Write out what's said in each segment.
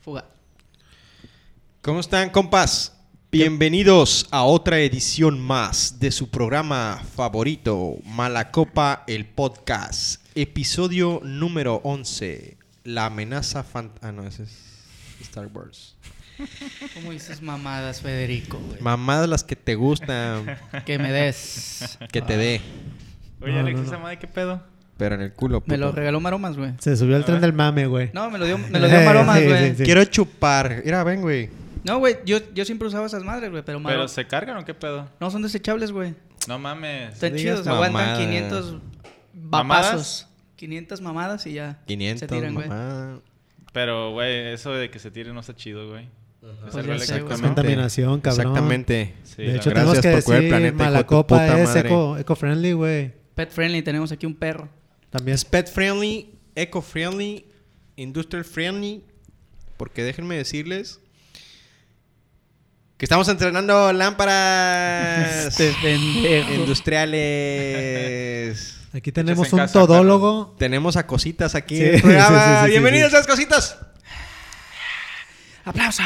Fuga. ¿Cómo están, compas? Bienvenidos a otra edición más de su programa favorito, Malacopa el Podcast. Episodio número 11, La amenaza fan... Ah, no, ese es Star Wars. Ah, ¿Cómo dices mamadas, Federico? güey? Mamadas las que te gustan, que me des. que te dé, Oye, No, Alexis, no, no. esa madre, ¿qué pedo? pero en el culo. Me lo puto. regaló Maromas, güey. Se subió al tren ver. del mame, güey. Ah. No, me lo dio, me lo dio Eh, Maromas, sí, güey. sí, sí. Quiero chupar. Mira, ven, güey. No, güey, yo, yo siempre usaba esas madres, güey, pero ¿Pero Maromas. se cargan o qué pedo? No, son desechables, güey. No mames. Están digas chidos, aguantan mamadas. 500 ¿Mamadas? vapazos. 500 mamadas y ya. 500, se tiran, güey. mamá. Pero, güey, eso de que se tire no está chido, güey. Es Pues algo ya sé, güey. exactamente. Contaminación, cabrón. Exactamente. Sí, De la hecho, verdad. tenemos Gracias que por cuidar el decir, planeta, hijo de tu Malacopa puta es madre. eco- eco-friendly, güey. Pet friendly, tenemos aquí un perro. También Es pet friendly, eco friendly, industrial friendly. Porque déjenme decirles que estamos entrenando lámparas Este pendejo. industriales. Aquí tenemos en un casa, todólogo. Tenemos a cositas aquí Sí, en el programa. sí, sí, sí, Bienvenidos sí. a las cositas. ¡Aplausos!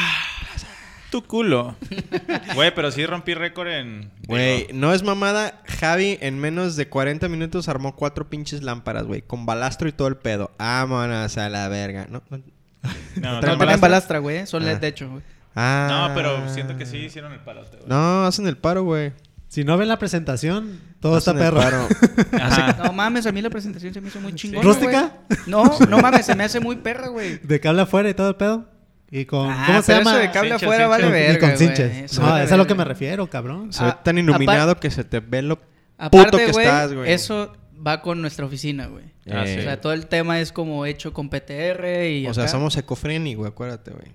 Tu culo. Güey, pero sí rompí récord en... Güey, digo, no es mamada. Javi en menos de 40 minutos armó cuatro pinches lámparas, güey. Con balastro y todo el pedo. Vámonos a la verga. No, no- No, Otra No no, tienen balastra. balastra, güey. eh, Son LED, Ah. de hecho, güey. Ah. no, pero siento que sí hicieron el palote, güey. No, hacen el paro, güey. Si no ven la presentación, todo Hacen está el perro. paro. Ajá. No mames, a mí la presentación se me hizo muy chingona. ¿Rústica? güey. No, no mames, se me hace muy perra, güey. De que habla afuera y todo el pedo. Y con... Ah, ¿Cómo se pero llama? Eso de cable Cinchas, afuera vale Y- verga. y con güey. cinches. Eso No, vale es a lo que me verga. refiero, cabrón. Se ve Ah, tan apar- iluminado que se te ve lo Aparte, puto que güey, estás, güey. Eso va con nuestra oficina, güey. Ah, Eh, O sea, todo el tema es como hecho con PTR y. o sea, acá. somos ecofreni, güey, acuérdate, güey.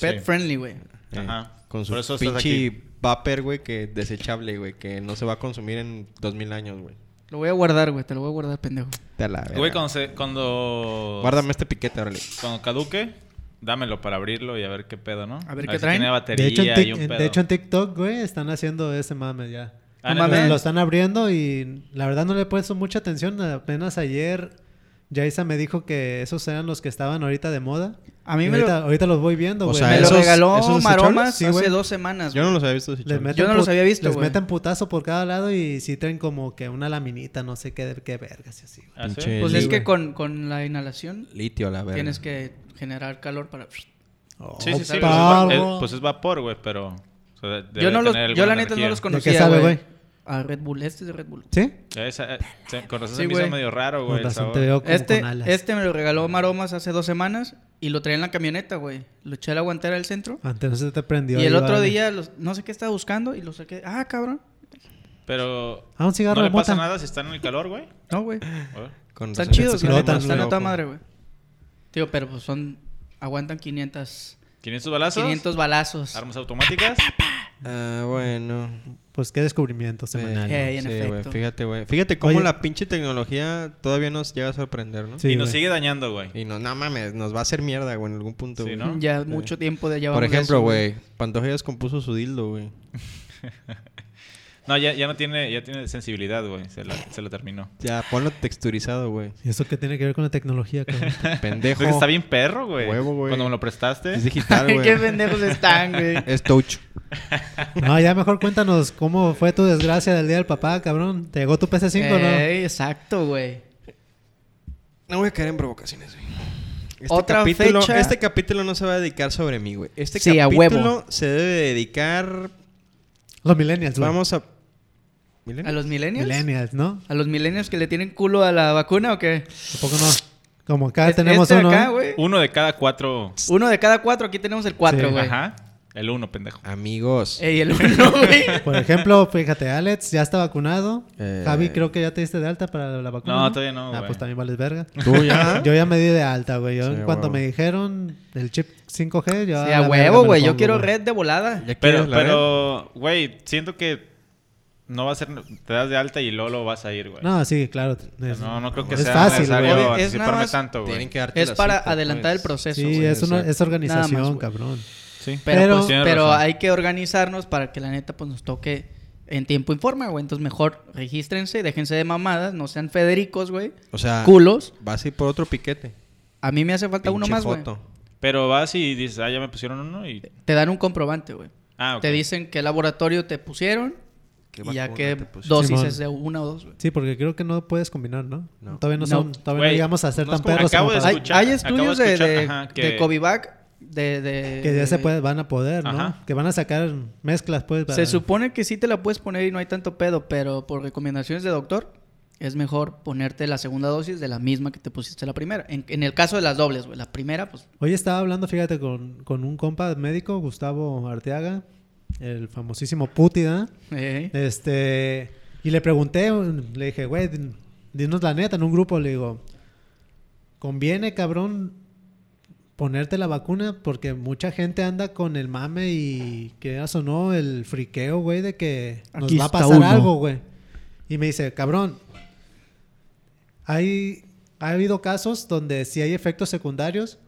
Pet Sí. friendly, güey. Eh, Ajá. Con su Por eso estás pinche vapor, güey, que desechable, güey, que no se va a consumir en 2000 años, güey. Lo voy a guardar, güey. Te lo voy a guardar, pendejo. Te la verga. Güey, cuando, se- cuando... Guárdame este piquete, órale. Cuando caduque, dámelo para abrirlo y a ver qué pedo, ¿no? A ver qué si traen. tiene De batería hecho, en y tic- un en- pedo. de hecho, en TikTok, güey, están haciendo ese mame ya. Ah, No ¿neta? mames. Lo están abriendo y la verdad no le he puesto mucha atención. Apenas ayer Jaisa me dijo que esos eran los que estaban ahorita de moda. A mí Y me ahorita, lo, ahorita los voy viendo, O güey. sea, me esos- lo regaló esos desechables, Maromas sí, hace güey. dos semanas, Yo no güey. los había visto desechables. meten- Yo no los put- había visto, Les güey. meten putazo por cada lado y sí traen como que una laminita, no sé qué, qué vergas y así, güey. ¿Ah, sí? Pinche- Pues Sí, es güey. que con, con la inhalación Litio, la verga. tienes que generar calor para. Sí, sí, sí. Oh, Pues es, va- Parro. es- pues es vapor, güey, pero... o sea, debe Yo no los, tener yo la alguna neta no energía. los ¿De conocía. qué sabe, güey? A Red Bull, este es de Red Bull. ¿Sí? Ya esa- eh, se- con razón Sí, se me hizo güey. medio raro, Con güey. el razón sabor. te veo como Este, con alas. este me lo regaló Maromas hace dos semanas y lo traía en la camioneta, güey. Lo eché a la guantera del centro. Antes no se te prendió. Y el Ah, ahí, otro vale. día, los- no sé qué estaba buscando y lo saqué. Ah, cabrón. Pero. Ah, un cigarro ¿No de le pasa mota. nada si están en el calor, güey? No, güey. Oye, Con Están razón. chidos, se güey. explotan, Están a güey. toda madre, güey. Tío, pero pues son. Aguantan 500. ¿500 balazos? 500 balazos. ¿Armas automáticas? Ah, bueno. Pues qué descubrimiento semanal. Eh, en Sí, efecto. güey, fíjate, güey. Fíjate cómo Oye. la pinche tecnología todavía nos llega a sorprender, ¿no? Sí, y nos güey. sigue dañando, güey. Y no, no mames, nos va a hacer mierda, güey, en algún punto. Sí, güey. ¿no? Ya mucho tiempo de llevar. Por ejemplo, güey, Pantoja descompuso su dildo, güey. No, ya, ya no tiene, ya tiene sensibilidad, güey. Se la, se la terminó. Ya, ponlo texturizado, güey. ¿Y eso qué tiene que ver con la tecnología, cabrón? Pendejo. Porque está bien perro, güey. Huevo, güey. Cuando me lo prestaste. Es digital, ¿eh? Qué güey. pendejos están, güey. es touch. No, ya mejor cuéntanos cómo fue tu desgracia del día del papá, cabrón. ¿Te llegó tu PC5 o no? Ey, exacto, güey. No voy a caer en provocaciones, güey. Este, Otra capítulo, fecha. este capítulo no se va a dedicar sobre mí, güey. Este Sí, a capítulo huevo. se debe dedicar. Los millennials, güey. Vamos a. ¿Milenio? ¿A los millennials? Millennials, ¿no? ¿A los millennials que le tienen culo a la vacuna o qué? Tampoco no. Como acá Es- tenemos este de uno. acá, ¿eh? güey. Uno de cada cuatro. Uno de cada cuatro, aquí tenemos el cuatro, Sí. güey. Ajá. El uno, pendejo. Amigos. Ey, el uno, güey. Por ejemplo, fíjate, Alex ya está vacunado. Eh. Javi, creo que ya te diste de alta para la vacuna. No, todavía no, Ah, güey. pues también vales verga. Tú ya. Yo ya me di de alta, güey. Yo Sí, en a cuanto huevo. me dijeron el chip 5G, yo. Sí, la a verga huevo, me lo güey. Yo pongo, quiero güey. red de volada. ¿Ya Pero, quieres la red? pero, güey, siento que no va a ser. Te das de alta y Lolo vas a ir, güey. No, sí, claro. es- no, no creo que es sea fácil, necesario güey. Obvio, es nada anticiparme más- tanto, güey. Tienen que darte Es la para cita, adelantar pues. el proceso. Sí, güey. es, una, exacto. es organización, Nada más, güey. cabrón. Sí. Pero, pero- pues, Tienes pero razón. hay que organizarnos para que la neta pues nos toque en tiempo informe, güey. Entonces mejor regístrense, déjense de mamadas, no sean Federicos, güey. O sea, Culos. vas a ir por otro piquete. A mí me hace falta uno Pinche más, güey. foto. Pero vas y dices, ah, ya me pusieron uno y... Te dan un comprobante, güey. Ah, ok. Te dicen qué laboratorio te pusieron ¿Qué y ya vacuna qué te pusiste? dosis Simón. es de una o dos, güey. Sí, porque creo que no puedes combinar, ¿no? No. Todavía no, No. son, todavía no Güey, llegamos a ser no es tan como- perros. acabo como de para- Hay, escuchar- hay acabo estudios de de, escuchar, de, ajá, que- de Covivac, de, de- que ya se puede, van a poder, ¿no? Ajá. Que van a sacar mezclas, pues. para- Se supone que sí te la puedes poner y no hay tanto pedo, pero por recomendaciones de doctor es mejor ponerte la segunda dosis de la misma que te pusiste la primera. En, en el caso de las dobles, güey. La primera, pues, Hoy estaba hablando, fíjate, con, con un compa médico, Gustavo Arteaga, el famosísimo Puti, ¿verdad? eh, Este, y le pregunté, le dije, güey, din- dinos la neta en un grupo, le digo, conviene, cabrón, ponerte la vacuna porque mucha gente anda con el mame y que o no, el friqueo, güey, de que Aquí nos va a está pasar uno. algo, güey. Y me dice, cabrón, hay, ha habido casos donde sí hay efectos secundarios.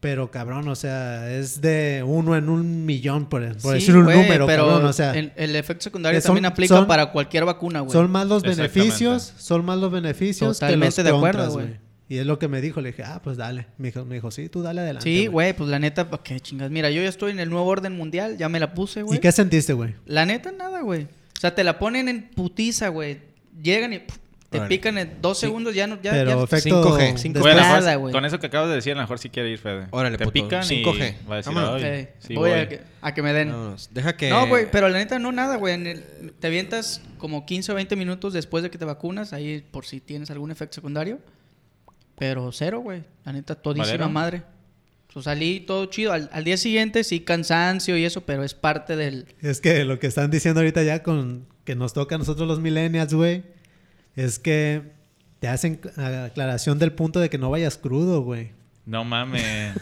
Pero cabrón, o sea, es de uno en un millón, por, por sí, decir un güey, número, cabrón, o sea. en- el efecto secundario que son- también aplica son- para cualquier vacuna, güey. Son más los Exactamente. beneficios, son más los beneficios Totalmente que los de acuerdo, contras, güey. güey. Y es lo que me dijo, le dije, ah, pues dale. Me dijo, me dijo sí, tú dale adelante. Sí, güey, pues la neta, ¿pa' qué chingas? Mira, yo ya estoy en el nuevo orden mundial, ya me la puse, güey. ¿Y qué sentiste, güey? La neta, nada, güey. O sea, te la ponen en putiza, güey. Llegan y puf, te Órale. pican en dos segundos, ya no, ya, Pero ya- efecto... 5G, 5G. Después- Bueno, Pues, a lo mejor- Nada, güey. con eso que acabas de decir, a lo mejor sí quiere ir, Fede. Órale, Te puto, pican y 5G. va a decir, Vámonos. "Ay, Ok, sí, voy, voy". A, que, a que me den. Vámonos. Deja que. No, güey, pero la neta, no nada, güey. En el- Te avientas como 15 o 20 minutos después de que te vacunas, ahí por si tienes algún efecto secundario. Pero cero, güey. La neta, todísima ¿Valero? madre. O sea, salí todo chido. Al, al día siguiente sí cansancio y eso, pero es parte del... Es que lo que están diciendo ahorita ya con que nos toca a nosotros los millennials, güey, es que te hacen aclaración del punto de que no vayas crudo, güey. No mames.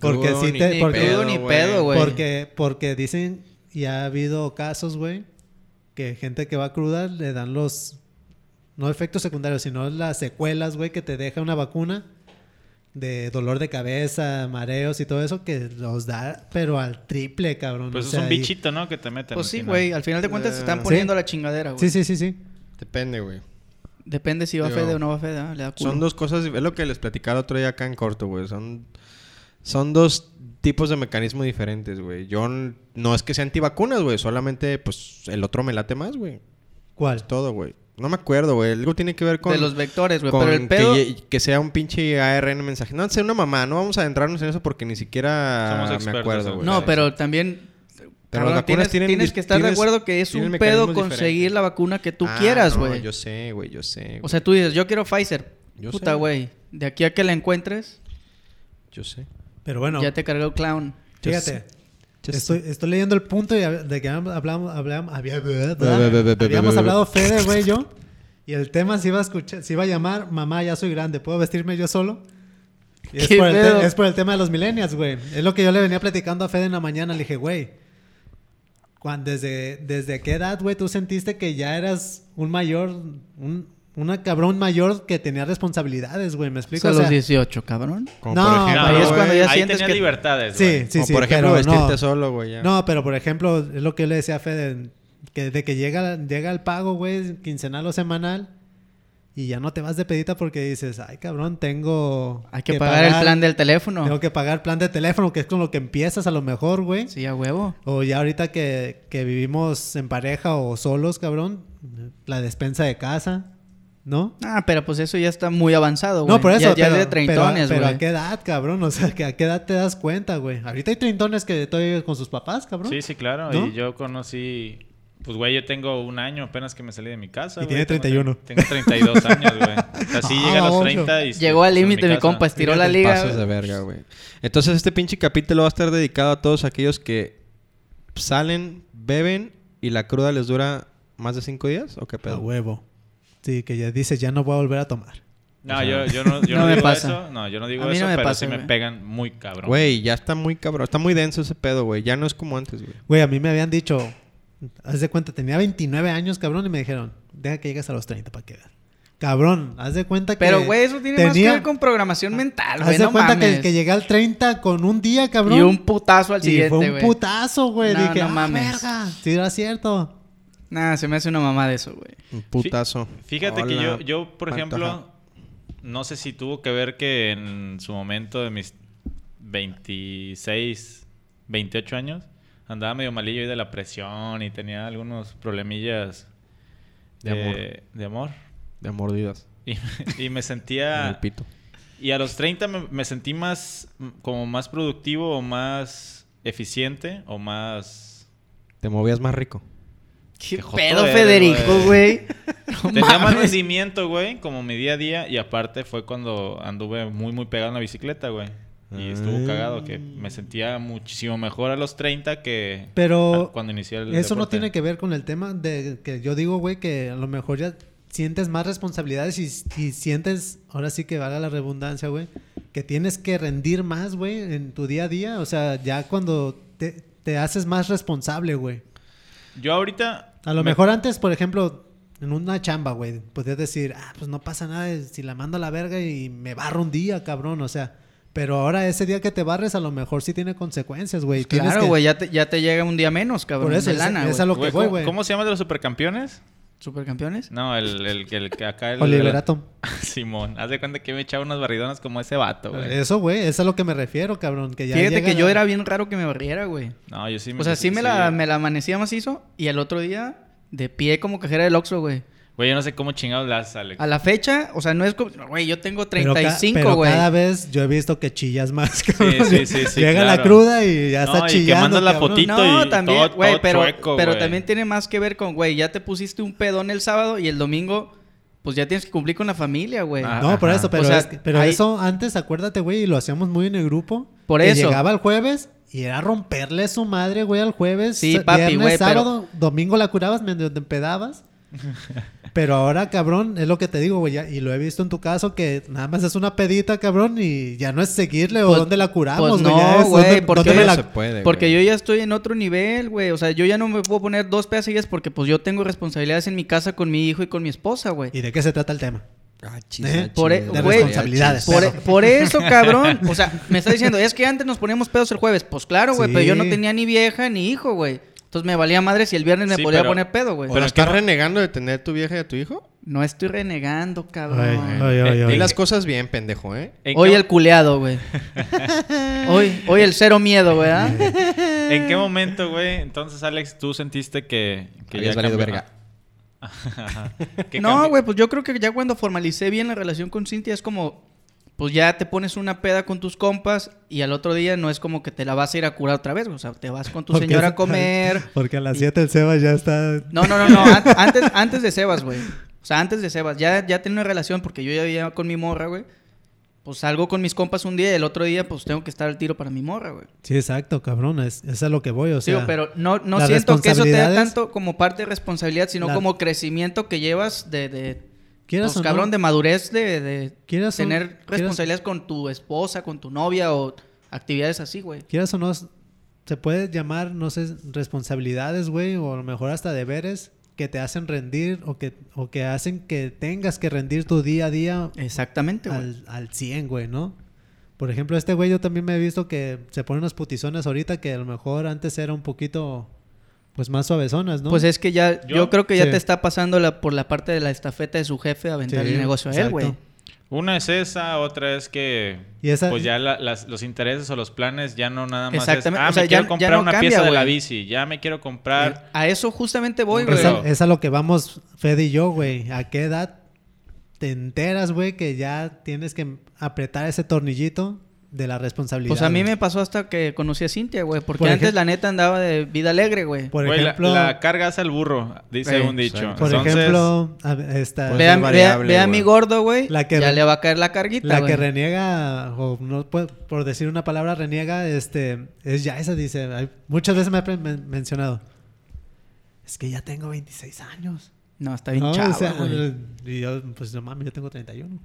porque sí te- Ni porque- pedo, ni pedo, güey. Porque, porque dicen, y ha habido casos, güey, que gente que va cruda le dan los, no efectos secundarios, sino las secuelas, güey, que te deja una vacuna de dolor de cabeza, mareos y todo eso, que los da, pero al triple, cabrón. Pues o es sea, un y- bichito, ¿no? Que te meten. Pues al sí, final. güey. Al final de cuentas se Eh, están sí. poniendo la chingadera, güey. Sí, sí, sí, sí. Depende, güey. Depende si va Digo, Fede o no va Fede. ¿ah? Le da culo. Son dos cosas, es lo que les platicaba el otro día acá en corto, güey. Son, son dos tipos de mecanismos diferentes, güey. Yo n- no es que sea antivacunas, güey. Solamente, pues, el otro me late más, güey. ¿Cuál? Todo, güey. No me acuerdo, güey. Algo tiene que ver con... de los vectores, güey. con Pero el pedo... que, ye- que sea un pinche ARN mensaje. No, sea una mamá. No vamos a adentrarnos en eso porque ni siquiera Somos me expertos, acuerdo, ¿no? güey. No, pero también. Pero cabrón, las vacunas tienes, tienen tienes dis- que estar tienes- de acuerdo que es tienen un pedo mecanismos conseguir diferentes. la vacuna que tú Ah, quieras, no, güey. yo sé, güey. Yo sé, güey. o sea, tú dices, yo quiero Pfizer. Yo Puta, sé. güey. De aquí a que la encuentres, yo sé. Pero bueno, ya te cargó el clown. fíjate. Yo Estoy, sé. estoy leyendo el punto y hab- de que habl- hablamos, hablamos, había- be, be, be, be, habíamos be, be. hablado Fede, güey, yo. Y el tema se iba a escuchar, se iba a llamar Mamá, ya soy grande, ¿puedo vestirme yo solo? Y es, ¿Qué por el te- pedo? es por el tema de los millennials, güey. Es lo que yo le venía platicando a Fede en la mañana. Le dije, güey, cuan- desde, ¿desde qué edad, güey, tú sentiste que ya eras un mayor, un una cabrón mayor que tenía responsabilidades, güey? ¿Me explico? a O los sea, 18, cabrón. Como No, por No, ejemplo, ahí es güey, cuando ya ahí sientes tenía que- libertades, sí, güey. sí, como sí. por ejemplo, pero no. vestirte solo, güey. ya. No, pero por ejemplo, es lo que yo le decía a Fede, que de que llega, llega el pago, güey, quincenal o semanal, y ya no te vas de pedita porque dices, ay cabrón, tengo... Hay que, pagar, el plan del teléfono. Tengo que pagar plan de teléfono, que es con lo que empiezas a lo mejor, güey. Sí, a huevo. O ya ahorita que, que vivimos en pareja o solos, cabrón, la despensa de casa, ¿no? Ah, pero pues eso ya está muy avanzado, güey. No, por Ya, eso. ya pero, es de treintones, pero, pero a güey. qué edad, cabrón. O sea, que a qué edad te das cuenta, güey. Ahorita hay treintones que todavía viven con sus papás, cabrón. Sí, sí, claro. ¿No? Y yo conocí. Pues, güey, yo tengo un año apenas que me salí de mi casa. Y güey. tiene Tengo 31. tre- Tengo 32 años, güey. O sea, sí Ah, llegué a los ocho. 30 y... Llegó al pues, en límite mi casa. compa, estiró la Fíjate, liga. Pasos de verga, güey. Entonces este pinche capítulo va a estar dedicado a todos aquellos que salen, beben y la cruda les dura más de cinco días o qué A pedo. huevo. Sí, que ya dices, ya no voy a volver a tomar. No, yo, yo no, yo No no, me digo pasa. eso. No, yo no digo A mí no eso, me pero pasa, sí me güey. pegan muy cabrón. Güey, ya está muy cabrón, está muy denso ese pedo, güey. Ya no es como antes, güey. Güey, a mí me habían dicho, haz de cuenta, tenía 29 años, cabrón, y me dijeron, deja que llegues a los 30 para que veas. Cabrón, haz de cuenta que. Pero, güey, eso tiene más que tenía- ver con programación mental, güey. Haz de No cuenta mames. que, que llegué al 30 con un día, cabrón. y un putazo al Y siguiente, fue güey. un putazo, güey. No, Dije, no "Ah, mames". verga. Sí, era cierto. Nah, se me hace una mamá de eso, güey. Un putazo. Fíjate que Hola, yo, yo por pantoja. ejemplo, no sé si tuvo que ver que en su momento de mis 26, 28 años, andaba medio malillo y de la presión y tenía algunos problemillas De de amor. De mordidas. Y, y me En sentía... el pito. Y a los 30 me, me sentí más, mm, como más productivo o más eficiente o más... Te movías más rico. ¿Qué, Qué joto pedo, eres, Federico, güey? No Tenía más mames. rendimiento, güey, como mi día a día. Y aparte fue cuando anduve muy, muy pegado en la bicicleta, güey. Y estuvo Ah. cagado, que me sentía muchísimo mejor a los 30 que Pero Ah. a- cuando inicié el Eso no deporte. tiene que ver con el tema de que yo digo, güey, que a lo mejor ya sientes más responsabilidades y, y sientes, ahora sí que vale la redundancia, güey, que tienes que rendir más, güey, en tu día a día. O sea, ya cuando te, te haces más responsable, güey. Yo ahorita... A lo me- mejor antes, por ejemplo, en una chamba, güey, podías decir, ah, pues no pasa nada si la mando a la verga y me barro un día, cabrón, o sea. Pero ahora ese día que te barres, a lo mejor sí tiene consecuencias, güey. Tienes Pues Claro, que- güey, ya, te, ya te llega un día menos, cabrón. Por eso, de es, lana, es a güey. lo que güey, voy, ¿cómo- güey. ¿Cómo se llama el de los supercampeones? ¿Supercampeones? No, el, el, el, que acá... El, Oliverato. Simón. Haz de cuenta que me echaba unas barridonas como ese vato, güey. Eso, güey, es a lo que me refiero, cabrón. Que ya Fíjate llega que yo la- era bien raro que me barriera, güey. No, yo sí O sea, sí me la, me la amanecía macizo y al otro día de pie como cajera del Oxxo, güey. Güey, yo no sé cómo chingados las sale. A la fecha, o sea, no es como... Güey, yo tengo Pero ca- 35, pero güey. cada vez yo he visto que chillas más, cabrón. sí, sí, sí, Llega la claro. cruda y ya No, está y que chillando, mandas la cabrón. fotito. No, y también, todo- güey, todo pero, chueco, pero güey. también tiene más que ver con, güey, ya te pusiste un pedón el sábado y el domingo, pues ya tienes que cumplir con la familia, güey. Ah. No, por Ajá. eso, pero, O sea, es que- pero ahí- eso antes, acuérdate, güey, y lo hacíamos muy en el grupo. Por que eso. Llegaba el jueves y era romperle su madre, güey, al jueves. Sí, sa- papi, viernes, güey, pero- sábado, domingo la curabas, medio te empedabas. Pero ahora, cabrón, es lo que te digo, güey, ya- y lo he visto en tu caso, que nada más es una pedita, cabrón, y ya no es seguirle o Pues- dónde la curamos, pues güey. no, ya es güey, dónde- porque dónde yo me no la- se puede. Porque yo ya estoy en otro nivel, güey. O sea, yo ya no me puedo poner dos pedas seguidas porque pues yo tengo responsabilidades en mi casa con mi hijo y con mi esposa, güey. ¿Y de qué se trata el tema? Ah, ¿Eh? Por- De güey, responsabilidades. e-, Por, e-, perro. por eso, cabrón. O sea, me está diciendo, es que antes nos poníamos pedos el jueves. Pues claro, güey, Sí. pero yo no tenía ni vieja ni hijo, güey. Entonces me valía madre si el viernes me Sí, podía pero- poner pedo, güey. ¿Pero estás renegando de tener tu vieja y a tu hijo? No estoy renegando, Ay, cabrón. ay, ay, Di ay. las cosas bien, pendejo, ¿eh? ¿En Hoy qué- el culeado, güey. hoy, hoy el cero miedo, güey. ¿ah? ¿En qué momento, güey? Entonces, Alex, tú sentiste que, que Habías valido cambió? verga. Ajá. Que No, cambió. güey, pues yo creo que ya cuando formalicé bien la relación con Cintia es como, pues ya te pones una peda con tus compas y al otro día no es como que te la vas a ir a curar otra vez, güey. o sea, te vas con tu Porque- señora a comer. Porque a las 7 el Sebas ya está. No, no, no, no, an- antes, antes de Sebas, güey. O sea, antes de Sebas, ya, ya tenía una relación porque yo ya vivía con mi morra, güey. Pues salgo con mis compas un día y el otro día pues tengo que estar al tiro para mi morra, güey. Sí, exacto, cabrón. Es, es a lo que voy, o sea. Digo, pero no, no las siento que eso te da responsabilidades- tanto como parte de responsabilidad, sino La- como crecimiento que llevas de, de quieras pues, o no, cabrón, de madurez, de, de quieras o- tener quieras- responsabilidades con tu esposa, con tu novia o actividades así, güey. Quieras o no, se puede llamar, no sé, responsabilidades, güey, o a lo mejor hasta deberes que te hacen rendir o que, o que hacen que tengas que rendir tu día a día Exactamente, Este, güey. al, al 100, güey, ¿no? Por ejemplo, este güey yo también me he visto que se pone unas putizonas ahorita que a lo mejor antes era un poquito, pues más suavezonas, ¿no? Pues es que ya, yo, Yo- creo que ya Sí. te está pasando la, por la parte de la estafeta de su jefe a aventar Sí, el negocio a él, exacto. güey. Una es esa, otra es que. Y esa- Pues ya la- las- los intereses o los planes ya no nada más. es, Exactamente, ah, o sea, me ya- quiero ya comprar no una cambia, pieza de la güey. bici. Ya me quiero comprar. A eso justamente voy, Un güey. Es Pues a, Pero- es a lo que vamos Fede y yo, güey. ¿A qué edad te enteras, güey, que ya tienes que apretar ese tornillito de la responsabilidad? Pues a mí güey? me pasó hasta que conocí a Cintia, güey. Porque Por ej- antes la neta andaba de vida alegre, güey. Por Güey, la- ejemplo, la, carga hace al burro, dice Eh, un dicho. por Entonces, ejemplo, a ver, Ve a, esta, Pues es ve a- variable, ve a güey. mi gordo, güey. La que Ya re- le va a caer la carguita, la güey. que reniega, o no puedo- por decir una palabra, reniega, este, es ya esa, dice. Ay, Muchas veces me ha pre- men- mencionado. Es que ya tengo 26 años. No, está bien No, o chavo, sea, güey. y yo, pues no mames, yo tengo 31.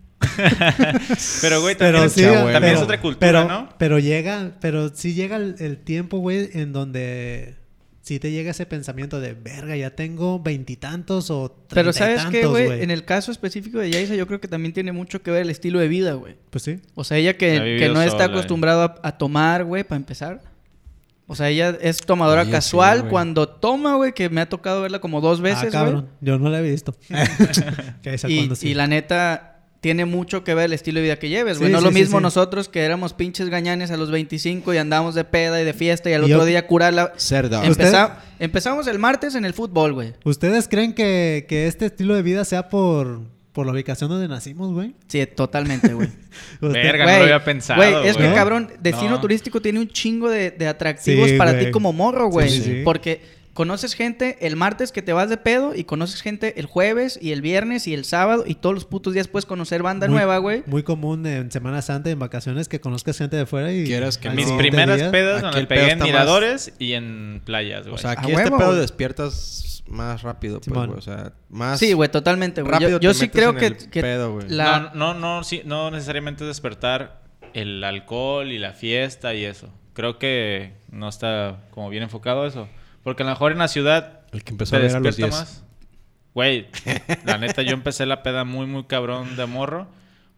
Pero, güey, también, pero es, sí, chabuelo. también pero- es otra cultura, pero- ¿no? Pero llega, pero sí llega el, el tiempo, güey, en donde sí te llega ese pensamiento de, verga, ya tengo veintitantos o treinta Pero y ¿sabes qué, tantos, güey? En el caso específico de Yaisa, yo creo que también tiene mucho que ver el estilo de vida, güey. Pues sí. O sea, ella que, Ha vivido que no está sola, eh. acostumbrada a, a tomar, güey, para empezar. O sea, ella es tomadora Oye, sí, casual. güey. Cuando toma, güey, que me ha tocado verla como dos Ah, veces, güey. cabrón, yo no la he visto. Que esa y, cuando sí. y la neta, tiene mucho que ver el estilo de vida que lleves, güey. Sí, no es sí, lo sí, mismo sí. nosotros que éramos pinches gañanes a los 25 y andamos de peda y de fiesta y al Y otro yo- día curar la... Cerda. Em- Empeza- Empezamos el martes en el fútbol, güey. ¿Ustedes creen que, que este estilo de vida sea por, por la ubicación donde nacimos, güey? Sí, totalmente, güey. Usted- Verga. no lo Güey, había pensado, Güey, es que güey. cabrón, destino No. turístico tiene un chingo de, de atractivos para güey. ti como morro, güey. Sí, sí, sí. Porque conoces gente el martes que te vas de pedo y conoces gente el jueves y el viernes y el sábado y todos los putos días puedes conocer banda Muy- nueva, güey. Muy común en Semana Santa, en vacaciones, que conozcas gente de fuera y... Quieras que al no. Mis Sí, siguiente primeras día- pedas Aquí donde el pedo pegué en está más- miradores y en playas, güey. O sea, A aquí este huevo, pedo güey. despiertas más rápido, pues, Simón. güey. O sea, más. Sí, güey, totalmente, güey. rápido Yo, te yo sí metes creo en que, el que pedo, güey. la- No, no, no, sí, no necesariamente es despertar el alcohol y la fiesta y eso. Creo que no está como bien enfocado eso. Porque a lo mejor en la ciudad El que te empezó a ver a los despierta 10. más. Güey, la neta, yo empecé la peda muy, muy cabrón de morro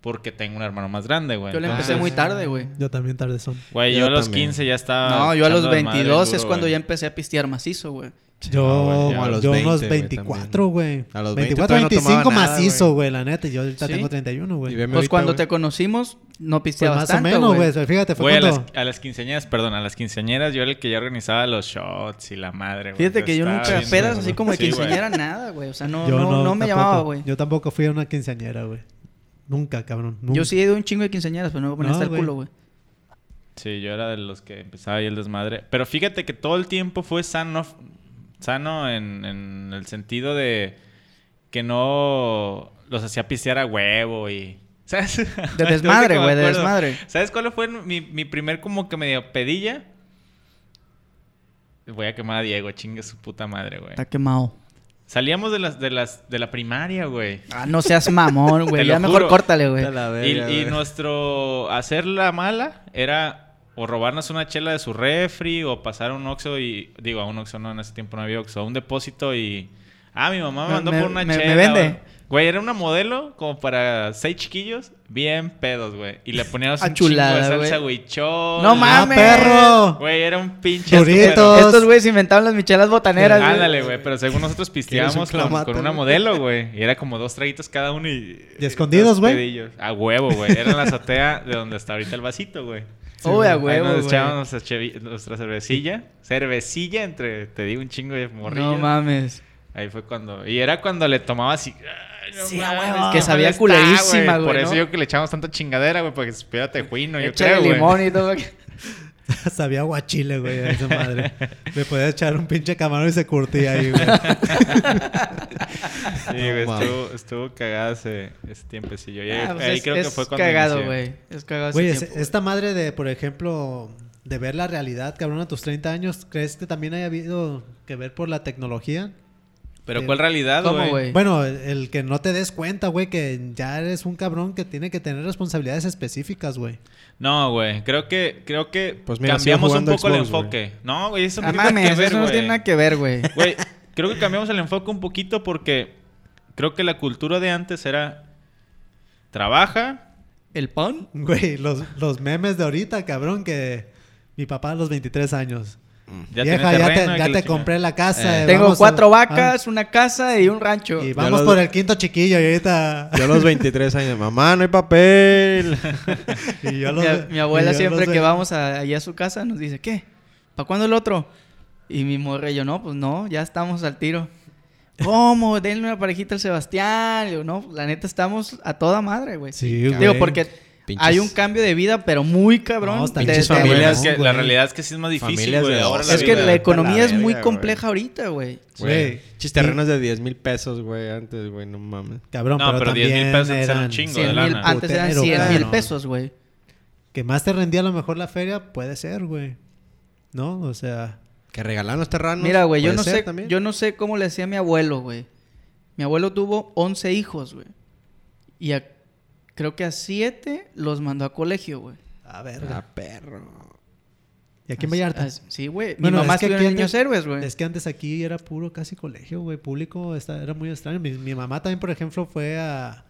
porque tengo un hermano más grande, güey. Ah. yo la Entonces, empecé muy tarde, güey. Yo también tarde son. Güey, yo, Yo a los también. 15 ya estaba. No, yo a los Ah, echando desmadre 22 es duro, cuando güey. ya empecé a pistear macizo, güey. Ah, Yo, güey, ya a los yo unos 20, güey, 24, güey. A los 20 24, todavía no 25 tomaba nada, macizo, güey. güey, la neta. Yo ahorita ¿Sí? tengo 31, güey. Y veme Pues ahorita, cuando güey. te conocimos, no Pues pisteabas más o tanto, menos, güey. güey. Fíjate, fue Güey, a las, cuando... a las quinceañeras, perdón, a las quinceañeras yo era el que ya organizaba los shots y la madre, güey. Fíjate que yo Estaba nunca bien pedas duro. así como de Sí, güey. quinceañera nada, güey. O sea, no, Yo no, no me tampoco. llamaba, güey. Yo tampoco fui a una quinceañera, güey. Nunca, cabrón. Nunca. Yo sí he ido a un chingo de quinceañeras, pero no me ponía No, hasta el güey. culo, güey. Sí, yo era de los que empezaba ahí el desmadre. Pero fíjate que todo el tiempo fue sano, sano en, en el sentido de que no los hacía pisear a huevo y... ¿Sabes? De Ahorita que desmadre, me güey, de acuerdo. desmadre. ¿Sabes cuál fue mi, mi primer como que medio pedilla? Voy a quemar a Diego, chingue su puta madre, güey. Está quemado. Salíamos de las, de las, de la primaria, güey. Ah, no seas mamón, Te güey. lo Ya mejor juro. córtale, güey. A la Y, verga, y güey. nuestro hacer la mala era o robarnos una chela de su refri o pasar a un Oxxo y... Digo, a un Oxxo no, en ese tiempo no había Oxxo. A un depósito y... Ah, mi mamá me Me- mandó me- por una me- me chela. vende. güey. Güey, era una modelo como para seis chiquillos bien pedos, güey. Y le poníamos Ah, un chingo de chulada, salsa güey. huichol. No y- mames. ¡Ah, perro! Güey, era un pinche... Doritos. estúpido. Estos güeyes inventaron las micheladas botaneras, güey. Ándale, güey, pero según nosotros pisteábamos con, clamato, con una güey? modelo, güey. Y era como dos traguitos cada uno y... ¿Y escondidos, dos güey? pedillos. A huevo, güey. Era en la azotea de donde está ahorita el vasito, güey. Uy, a Ahí huevo, nos echábamos güey. nuestra, chevi- nuestra cervecilla. Cervecilla entre, te digo, un chingo de morrillo. No mames. Ahí fue cuando... Y era cuando le tomaba así... "Ay, no Sí, a mames, huevo. qué Que sabía mal está, culerísima, güey, Por ¿no? eso yo que le echamos tanta chingadera, güey. Porque espérate, tejuino, yo Échale creo, güey. limón y todo. Sabía guachile, güey, a esa madre. Le podía echar un pinche camarón y se curtía ahí, güey. Sí, güey. No estuvo, estuvo cagada ese, ese tiempecillo. Y ahí, Ah, pues ahí es- creo que es fue cuando cagado, inicié. güey. Es cagado ese Güey, es- tiempo, güey. esta madre de, por ejemplo, de ver la realidad, cabrón, a tus 30 años, ¿crees que también haya habido que ver por la tecnología? Pero ¿cuál realidad, ¿Cómo, güey? güey? Bueno, el- el que no te des cuenta, güey, que ya eres un cabrón que tiene que tener responsabilidades específicas, güey. No, güey. Creo que, creo que Pues mira, sigue cambiamos un jugando poco el Xbox, güey. enfoque. No, güey, eso no Ah, tiene nada mames, que ver, eso no güey. tiene nada que ver, güey. Güey, creo que cambiamos el enfoque un poquito porque creo que la cultura de antes era trabaja. ¿El pan? Güey, los, los memes de ahorita, cabrón, que mi papá a los 23 años. Mm. Ya Vieja, tiene ya terreno, te, y ya que la te compré la casa. Eh, eh, Tengo vamos a- cuatro ah, vacas, una casa y un rancho. Y Ya los- vamos por el quinto chiquillo y ahorita... Yo a los 23 años, mamá, no hay papel. y yo Mi, los- mi abuela y yo siempre los- que vamos a, allá a su casa nos dice, ¿qué? ¿Para cuándo el otro? Y mi morra y yo, no, pues no, ya estamos al tiro. ¿Cómo? Denle una parejita al Sebastián. Y yo, no, la neta estamos a toda madre, güey. Sí, Digo, güey. porque Pinches- hay un cambio de vida, pero muy cabrón. No, está de- pinches de- chingada. familias Es que güey. la realidad es que sí es más difícil, Familias güey. de Ahora dos. la es que vida- la Está economía la es muy verga, güey. compleja ahorita, güey. Güey. Chis terrenos de 10 mil pesos, güey, antes, güey, no mames. Cabrón, No, pero, pero 10,000 también pesos eran eran un chingo. de 100 mil, lana. antes eran Putero, 100 mil cabrón. pesos, güey. Que más te rendía a lo mejor la feria, puede ser, güey. ¿No? O sea, Que regalan los terrenos. Mira, güey, yo puede no ser sé, también. yo no sé cómo le hacía mi abuelo, güey. Mi abuelo tuvo 11 hijos, güey. Y a- creo que a 7 los mandó a colegio, güey. a Ah, ver. perro. ¿Y aquí en Así- Vallarta? así- Sí, güey. Mi Bueno, mamá es que estudió aquí en Niños antes- Héroes, güey. Es que antes aquí era puro casi colegio, güey. Público está- era muy extraño. Mi, mi mamá también, por ejemplo, fue a,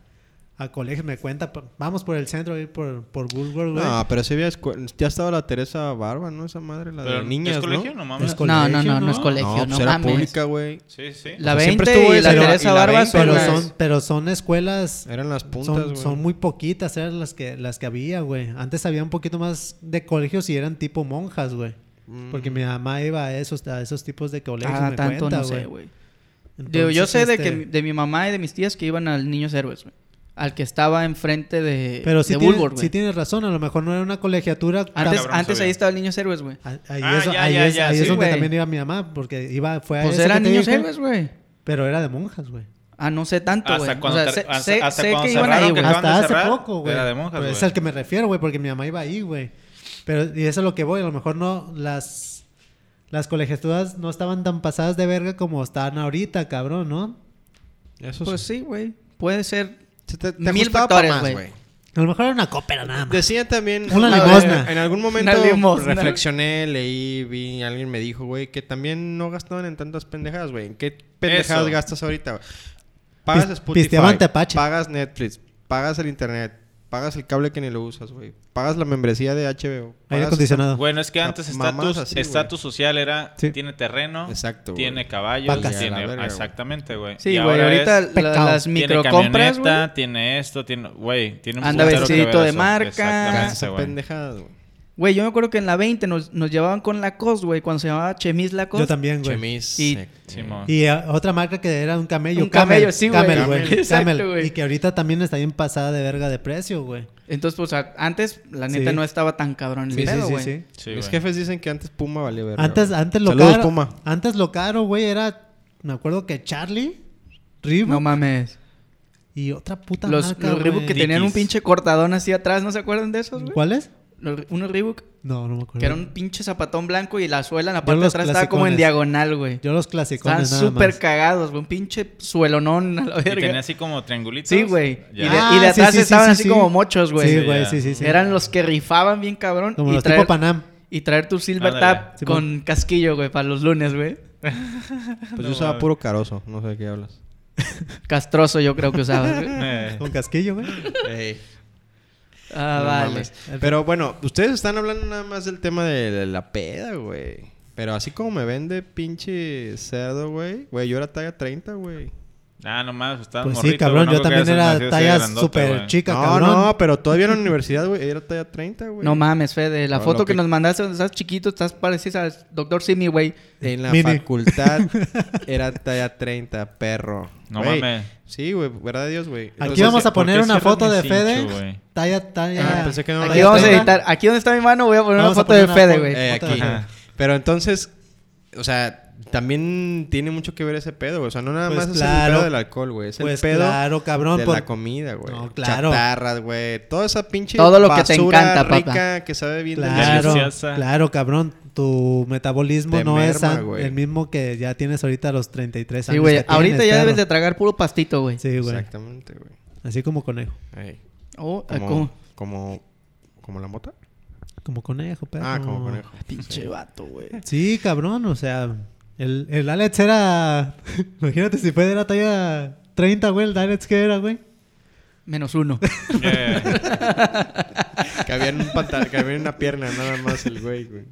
a colegios, me cuenta, pa- vamos por el centro, ir por, por Bulwer, güey. No, pero ese había escue- ya estaba la Teresa Barba, ¿no? Esa madre, la Pero, de niñas, ¿Es colegio? ¿no? No, mames. Es No, no, no, no, ¿no? Pues es colegio, no, no, pues era mames. pública, güey. Sí, sí. La O sea, siempre 20 estuvo y la esa, y la- Teresa y la Barba 20, son pero las- Ah, son, pero son escuelas, Eran las Eh, puntas, son, güey. son muy poquitas, eran las que, las que había, güey. Antes había un poquito más de colegios y eran tipo monjas, güey. Mm. Porque mi mamá iba a esos, a esos tipos de colegios, Ah, me tanto cuenta, no güey. sé, güey. Digo, yo Entonces, sé de este, que mi- eh, de mi mamá y de mis tías que iban al Niños Héroes, güey. Al que estaba enfrente de, Pero sí, de tiene- Bulwark, güey. sí tienes razón, a lo mejor no era una colegiatura. tan- Antes, Cabrón, antes sabía. ahí estaba el Niños Héroes, güey. Ah, Ahí, Ah, es, ya, ahí ya, es- ya, ahí es sí, donde güey. también iba mi mamá, porque iba, fue a Pues ese eran que te Niños dije, Héroes, güey. Pero era de monjas, güey. Ah, no sé tanto, güey. Hasta O cuando sea, ter- sé, hasta- sé- hasta sé cuando que iban cerraron ahí, que güey. acaban Hasta de hace cerrar, poco, güey. era de monjas, Pero Es güey. al que me refiero, güey, porque mi mamá iba ahí, güey. Pero, y eso es lo que voy, a lo mejor no, las, las colegiaturas no estaban tan pasadas de verga como están ahorita, cabrón, ¿no? Eso Pues sí, güey. Puede ser. Se te, mil ajustaba pa' factores, más, güey. A lo mejor era una cópera nada más. Decían también. Una eh, limosna. En algún momento Una limosna. reflexioné, leí, vi, alguien me dijo, güey, que también no gastaban en tantas pendejadas, güey. ¿En qué pendejadas Eso. gastas ahorita? güey? Pagas Pis- Spotify. pisteaban tepache. Pagas Netflix. Pagas el internet. Pagas el cable que ni lo usas, güey. Pagas la membresía de HBO. Aire pagas- acondicionado. Bueno, es que O sea, antes mamás estatus así, güey. estatus social era Sí. tiene terreno, Exacto, güey. tiene caballos, Vacas. tiene Y a la verga, güey. exactamente, güey. Sí, Y güey. ahora Ahorita es- la- pecado. las tiene microcompras, camioneta, güey. tiene esto, tiene, güey, tiene un Anda putero que vestidito ver de eso. marca. Gastas Exactamente, en güey. pendejadas, güey. Güey, yo me acuerdo que en la 20 nos, nos llevaban con Lacoste, güey. Cuando se llamaba Chemis Lacoste. Yo también, güey. Chemis. Y- eh, Simón. Y eh, otra marca que era un camello. Un camello, Camel, sí, güey. Camel, güey. Exacto, Camel. güey. Y que ahorita también está bien pasada de verga de precio, güey. Entonces, pues a- antes, la neta, Sí. no estaba tan cabrón el Sí, sí, pedo, sí, güey. sí. Sí, Mis güey. jefes dicen que antes Puma valía verga. Antes, güey. antes lo Saludos, caro. Puma. Antes lo caro, güey, era. Me acuerdo que Charlie, Reebok No mames. y otra puta Los, marca. los Reebok que güey. Dickies. tenían un pinche cortadón así atrás, ¿no se acuerdan de esos, güey? ¿Cuáles? Los- Unos Reebok No, no me acuerdo. que era un pinche zapatón blanco y la suela en la parte de los atrás estaba como en clasicones. diagonal, güey. Yo los Estaban clasicones nada súper más. cagados, güey. Un pinche suelonón a la Y tenía verga. así como triangulitos. Sí, güey. Y, Ya. de, Ah, y de sí, atrás sí, sí, estaban sí, así sí. como mochos, güey. Sí, güey, Ya. sí, sí, sí. Eran los que rifaban bien cabrón. Como y, los traer, tipo Panam. y traer tu Silver Ándale. Tap Sí, con casquillo, güey, para los lunes, güey. Pues yo usaba puro carozo. No sé de qué hablas. Castroso yo creo que usabas, güey. Eh, Con casquillo, güey. Ey. Ah, No vale. mames. Pero bueno, ustedes están hablando nada más del tema de la- la peda, güey. Pero así como me vende pinche cerdo, güey. Güey, yo era talla 30, güey. Ah, nomás, estaba Pues morrito, sí, güey, cabrón. no yo creo que también hayas era nacido así talla grandote, súper güey. chica, no, cabrón. no, pero todavía en la universidad, güey, era talla 30, güey. No mames, Fede. La No, foto lo que... que- nos mandaste donde estás chiquito, estás parecido al doctor Simi, güey. En la Mini. facultad era talla 30, perro. No Güey, mames. Sí, güey, verdad Dios, güey. Aquí Entonces, vamos a ¿por qué poner una cierras foto mi de cincho, Fede. güey? Talla, talla. Ah, pensé que no Aquí Ahí vamos a está. editar. Aquí donde está mi mano voy a poner Vamos una a foto de poner una Fede, foto. güey. Eh, Otra aquí. vez. Pero entonces, o sea, también tiene mucho que ver ese pedo, güey. O sea, no nada Pues más es el claro. pedo del alcohol, güey. Es Pues el pedo claro, cabrón, de por- la comida, güey. pues, No, claro. Chatarras, güey. Toda esa pinche Todo lo que te basura encanta, rica papá. que sabe bien Claro, delicioso. Deliciosa. claro, cabrón. Tu metabolismo Te no es merma, tan- güey. el mismo que ya tienes ahorita a los 33 años. Sí, güey. que Ahorita tienes, ya debes de perro. tragar puro pastito, güey. Sí, güey. Exactamente, güey. Así como conejo. Ey, Oh, ah, Como, ¿cómo? como, como la mota. Como conejo, perro. Ah, como conejo. Pinche vato, güey. Sí, cabrón, o sea, el, el Alex era. Imagínate si fue de la talla 30, güey, el Alex que era, güey. Menos uno. Yeah. Que había en un pantalón, que había en una pierna, nada más el güey, güey.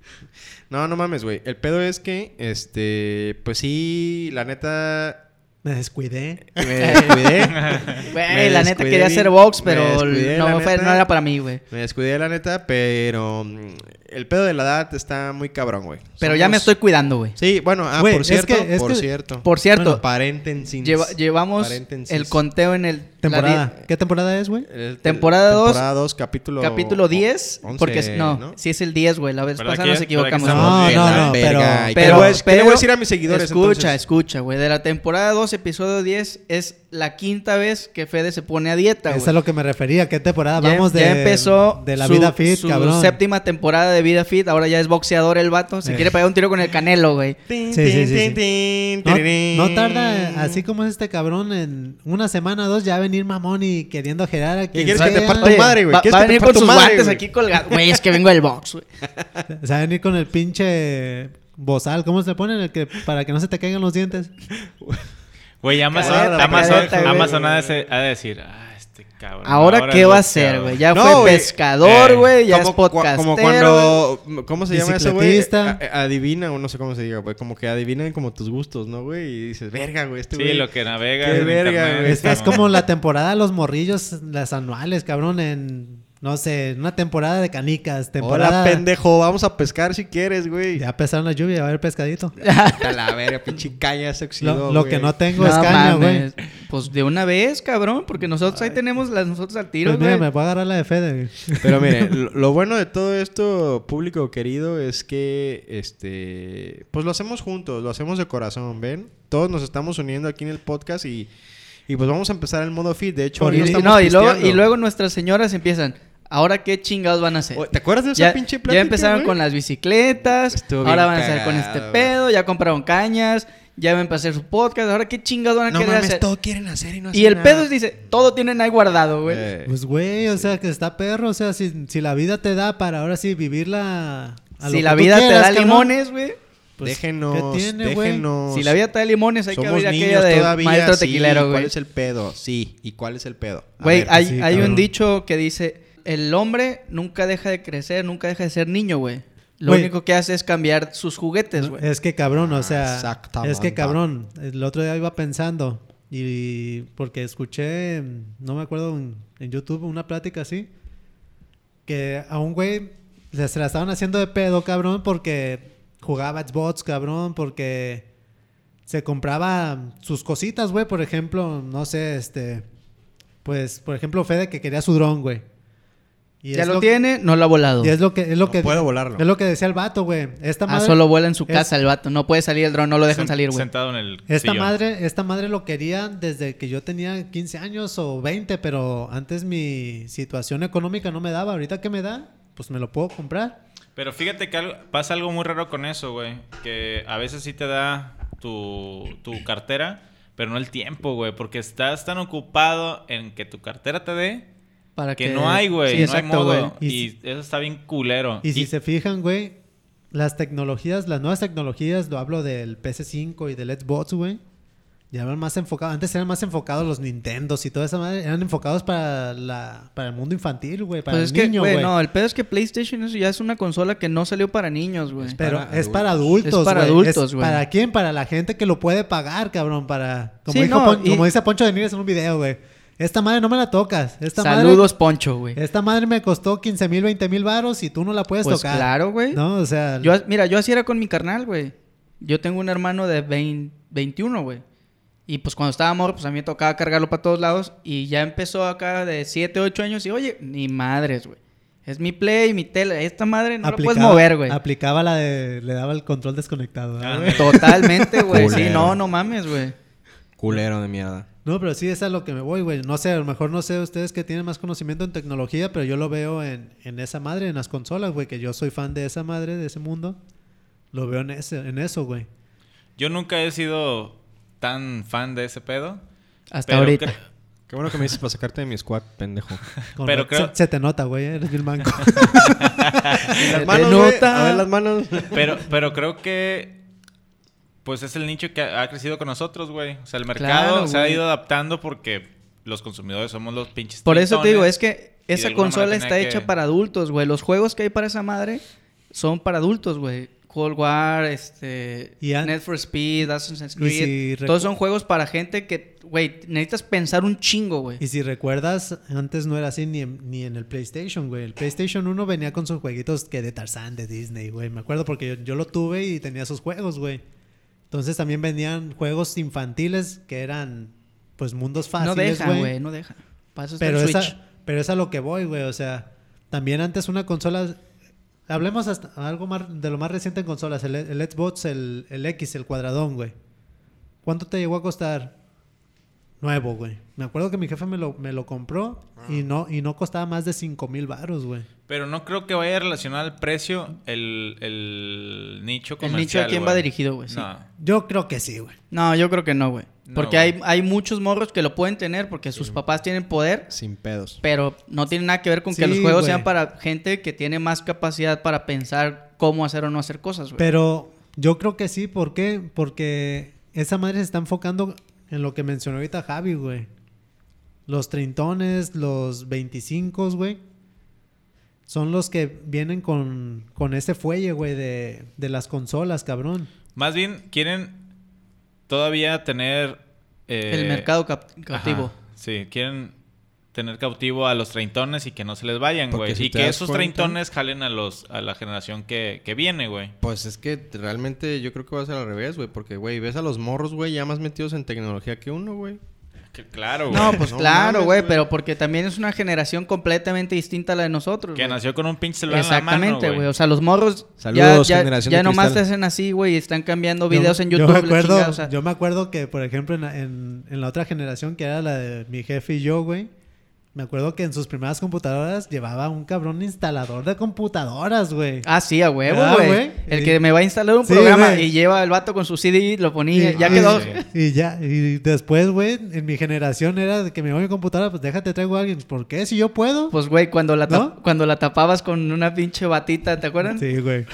No, no mames, güey. El pedo es que, este, pues sí, la neta, Me descuidé. me descuidé. Me Güey, la neta descuidé quería bien. hacer box, Me pero descuidé, no, la fue- neta. no era para mí, güey. Me descuidé, la neta, pero mm, el pedo de la edad está muy cabrón, güey. Pero ya Somos- me estoy cuidando, güey. Sí, bueno, ah, Güey, por es cierto, que- es por que- cierto. Por cierto, Aparenten sin... lleva- llevamos aparenten sin- el conteo en el... la Temporada. di- ¿Qué temporada es, güey? El- el- temporada dos, Temporada 2, capítulo... capítulo 10. once, porque es- no, si es el 10, güey. La vez ¿Verdad pasada que nos es? ¿Verdad que equivocamos. estamos No, De bien? no, la no, verga. pero- ¿Y qué Pero, le voy a decir- qué le pero- voy a decir a mis seguidores Escucha, entonces? escucha, güey. De la temporada 2, episodio 10, es la quinta vez que Fede se pone a dieta, güey. Esa es lo que me refería. ¿Qué temporada? Ya- Vamos de. ya empezó De la su- vida fit, su cabrón. séptima temporada de vida fit. Ahora ya es boxeador el vato. Se Eh. quiere pegar un tiro con el canelo, güey. Tin, Sí, sí, tin, sí, sí. tin, No, tin, no tarda, tin. eh, así como es este cabrón, en una semana o dos ya va a venir mamón y queriendo gerar a quien quieres que te sea. parta Tu madre, güey. va, ¿Quieres va a que te venir parta con tu sus madre, guantes güey? aquí colgados. Güey, es que vengo del box, güey. Se va a venir con el pinche bozal. ¿Cómo se pone? El que, para que no se te caigan los dientes. Güey, Amazon, Careta, Amazon, careta, güey. Amazon ha de, se- ha de decir, ah, este Este cabrón. Ahora, ¿qué va a hacer, güey? Ya fue güey. pescador, Eh, güey. ya es Como cua- podcastero. Como cuando. ¿Cómo se llama eso, güey? Bicicletista. A- Adivina, o no sé cómo se diga, güey. Como que adivinan como tus gustos, ¿no, güey? Y dices, verga, güey, este Sí, güey. lo que navega. Qué en verga, internet, güey. Es, es cabrón. como la temporada de los morrillos, las anuales, cabrón, en, no sé, en una temporada de canicas, temporada... Hola, pendejo, vamos a pescar si quieres, güey. Ya empezaron la lluvia, va a haber pescadito. Hasta la verga, pinche caña se lo oxidó, lo güey. que no tengo No es caña, güey. mames. Pues de una vez, cabrón, porque nosotros ahí tenemos las nosotros al tiro, Pues mira, güey. me voy a agarrar la de Fede, güey. Pero mire, lo, lo bueno de todo esto, público querido, es que este pues lo hacemos juntos, lo hacemos de corazón, ¿ven? Todos nos estamos uniendo aquí en el podcast y, y pues vamos a empezar el modo fit. De hecho, Por ahorita y, ir- estamos no, y, luego, pisteando. y luego nuestras señoras empiezan. Ahora qué chingados van a hacer. Oye, ¿Te acuerdas de esa Ya, pinche ya plática, empezaron güey? con las bicicletas. Estuvo bien ahora van a estar con cagado, este güey. pedo. Ya compraron cañas. Ya van a hacer su podcast. Ahora qué chingados van a No querer mames, hacer. todo quieren hacer y no Y el pedo es, dice, todo tienen ahí guardado, güey. Eh. Pues güey, o sea, que está perro, o sea, si, si la vida te da para ahora sí vivirla... a lo si que la tú vida te quieras, da cabrón, limones, güey. pues, déjenos, ¿qué tiene, güey? déjenos. Si la vida te da limones, hay que Somos abrir aquella niños de todavía, maestro sí, tequilero, ¿Cuál güey. es el pedo? Sí, ¿y cuál es el pedo? A Güey, ver, hay, sí, hay un cabrón. dicho que dice, el hombre nunca deja de crecer, nunca deja de ser niño, güey. Lo Güey. eh, único que hace es cambiar sus juguetes, güey. Es que cabrón, o sea, Ah, Exactamente. es que cabrón, el otro día iba pensando y porque escuché, no me acuerdo en, en YouTube una plática así que a un güey le- se la estaban haciendo de pedo, cabrón, porque jugaba Xbox, cabrón, porque se compraba sus cositas, güey, por ejemplo, no sé, este pues por ejemplo Fede que quería su dron, güey. Y ya es lo tiene, no lo ha volado. Y es lo que es lo No que puedo volarlo. Es lo que decía el vato, güey. Esta Ah, madre solo vuela en su es- casa el vato. No puede salir el dron, no lo dejan Sen- salir, güey. Sentado en el. Esta sillón. madre, esta madre lo quería desde que yo tenía 15 años o 20, pero antes mi situación económica no me daba. Ahorita que me da, pues me lo puedo comprar. Pero fíjate que algo- pasa algo muy raro con eso, güey. Que a veces sí te da tu, tu cartera, pero no el tiempo, güey. Porque estás tan ocupado en que tu cartera te dé Para que no hay, güey. Sí, no hay exacto, güey. modo. Y Y, eso está bien culero. Y si se fijan, güey, las tecnologías, las nuevas tecnologías, lo hablo del PC5 y del Xbox, güey. Ya eran más enfocados, antes eran más enfocados los Nintendos y toda esa madre, eran enfocados para la para el mundo infantil, güey, para Pues el es que, niño, güey, güey. no, el pedo es que PlayStation es- ya es una consola que no salió para niños, güey. Pero Para es para adultos. adultos, Es para güey. adultos, güey. ¿Para quién? Para la gente que lo puede pagar, cabrón. Para... Como, Sí, dijo no, Pon- y- como dice Poncho de Nigres en un video, güey. Esta madre no me la tocas. Esta Saludos, Poncho, güey. Madre, esta madre me costó 15 mil, 20 mil varos y tú no la puedes Pues tocar. claro, güey. No, o sea... Yo, as- mira, yo así era con mi carnal, güey. Yo tengo un hermano de 20 21, güey. Y pues cuando estaba morro, pues a mí me tocaba cargarlo para todos lados. Y ya empezó acá de 7, 8 años. Y oye, ni madres, güey. Es mi play, mi tele. Esta madre no la puedes mover, güey. Aplicaba la de... Le daba el control desconectado. ¿verdad, Ah, güey? Totalmente, güey. sí, Culero. no, no mames, güey. Culero de mierda. No, pero sí es a lo que me voy, güey. No sé, a lo mejor no sé ustedes que tienen más conocimiento en tecnología, pero yo lo veo en, en esa madre, en las consolas, güey. Que yo soy fan de esa madre, de ese mundo. Lo veo en, ese, en eso, güey. Yo nunca he sido tan fan de ese pedo. Hasta pero ahorita. cre- Qué bueno que me dices para sacarte de mi squad, pendejo. Con Pero ra- creo- se, se te nota, güey, eh, eres bien manco. Te las manos, güey. nota. A ver las manos. Pero, pero creo que. Pues es el nicho que ha ha crecido con nosotros, güey. O sea, el mercado Claro, se ha güey. ido adaptando porque los consumidores somos los pinches. Por eso te tritones. digo, es que y de esa alguna consola manera está tenía hecha que- para adultos, güey. Los juegos que hay para esa madre son para adultos, güey. Cold War, este, Y an- Need for Speed, Assassin's Y Creed. si todos recu- son juegos para gente que, güey, necesitas pensar un chingo, güey. y si recuerdas, antes no era así ni en, ni en el PlayStation, güey. El PlayStation 1 venía con sus jueguitos que de Tarzán, de Disney, güey. Me acuerdo porque yo, yo lo tuve y tenía esos juegos, güey. Entonces también venían juegos infantiles que eran, pues, mundos No fáciles, deja, güey. güey, no deja. Paso pero, Switch. esa- pero es a lo que voy, güey. O sea, también antes una consola... Hablemos hasta algo más de lo más reciente en consolas. El, el Xbox, el, el X, el cuadradón, güey. ¿Cuánto te llegó a costar? Nuevo, güey. Me acuerdo que mi jefe me lo, me lo compró y no, y no costaba más de 5 mil baros, güey. Pero no creo que vaya relacionado al precio el, el nicho El comercial. nicho a quién va güey. dirigido, güey, sí. No. Yo creo que sí, güey. No, yo creo que no, güey. No, Porque hay, güey. hay muchos morros que lo pueden tener porque sus papás tienen poder, Sin pedos. pero no tiene nada que ver con que Sí, los juegos güey. sean para gente que tiene más capacidad para pensar cómo hacer o no hacer cosas, güey. Pero yo creo que sí, ¿por qué? Porque esa madre se está enfocando en lo que mencionó ahorita Javi, güey. Los trintones, los 25, güey. Son los que vienen con, con ese fuelle, güey, de, de las consolas, cabrón. Más bien, quieren todavía tener... eh, El mercado cap- ajá, cautivo. sí, quieren tener cautivo a los treintones y que no se les vayan, Porque güey. si y te que das esos cuenta- treintones jalen a los a la generación que, que viene, güey. Pues es que realmente yo creo que va a ser al revés, güey. Porque, güey, ves a los morros, güey, ya más metidos en tecnología que uno, güey. Que- Claro, güey. No, pues No claro, mames, güey, güey. pero porque también es una generación completamente distinta a la de nosotros. que güey. nació con un pinche celular en la mano, Exactamente, güey. O sea, los morros Saludos, ya, ya, generación ya de nomás te cristal. hacen así, güey, y están cambiando videos Yo- en YouTube. Yo me, la acuerdo, chingada, o sea, yo me acuerdo que, por ejemplo, en, la- en- en la otra generación, que era la de mi jefe y yo, güey, me acuerdo que en sus primeras computadoras llevaba un cabrón instalador de computadoras, güey. Ah, sí, a huevo, ¿Verdad, güey. güey? El Sí. que me va a instalar un Sí, programa güey. y lleva el vato con su CD, lo ponía, Y- ya y- quedó. sí. Y ya, y después, güey, en mi generación era de que me voy a mi computadora, pues déjate, traigo a alguien. ¿Por qué? Si yo puedo. Pues, güey, cuando, la tap- ¿No? cuando la tapabas con una pinche batita, ¿te acuerdas? sí, güey.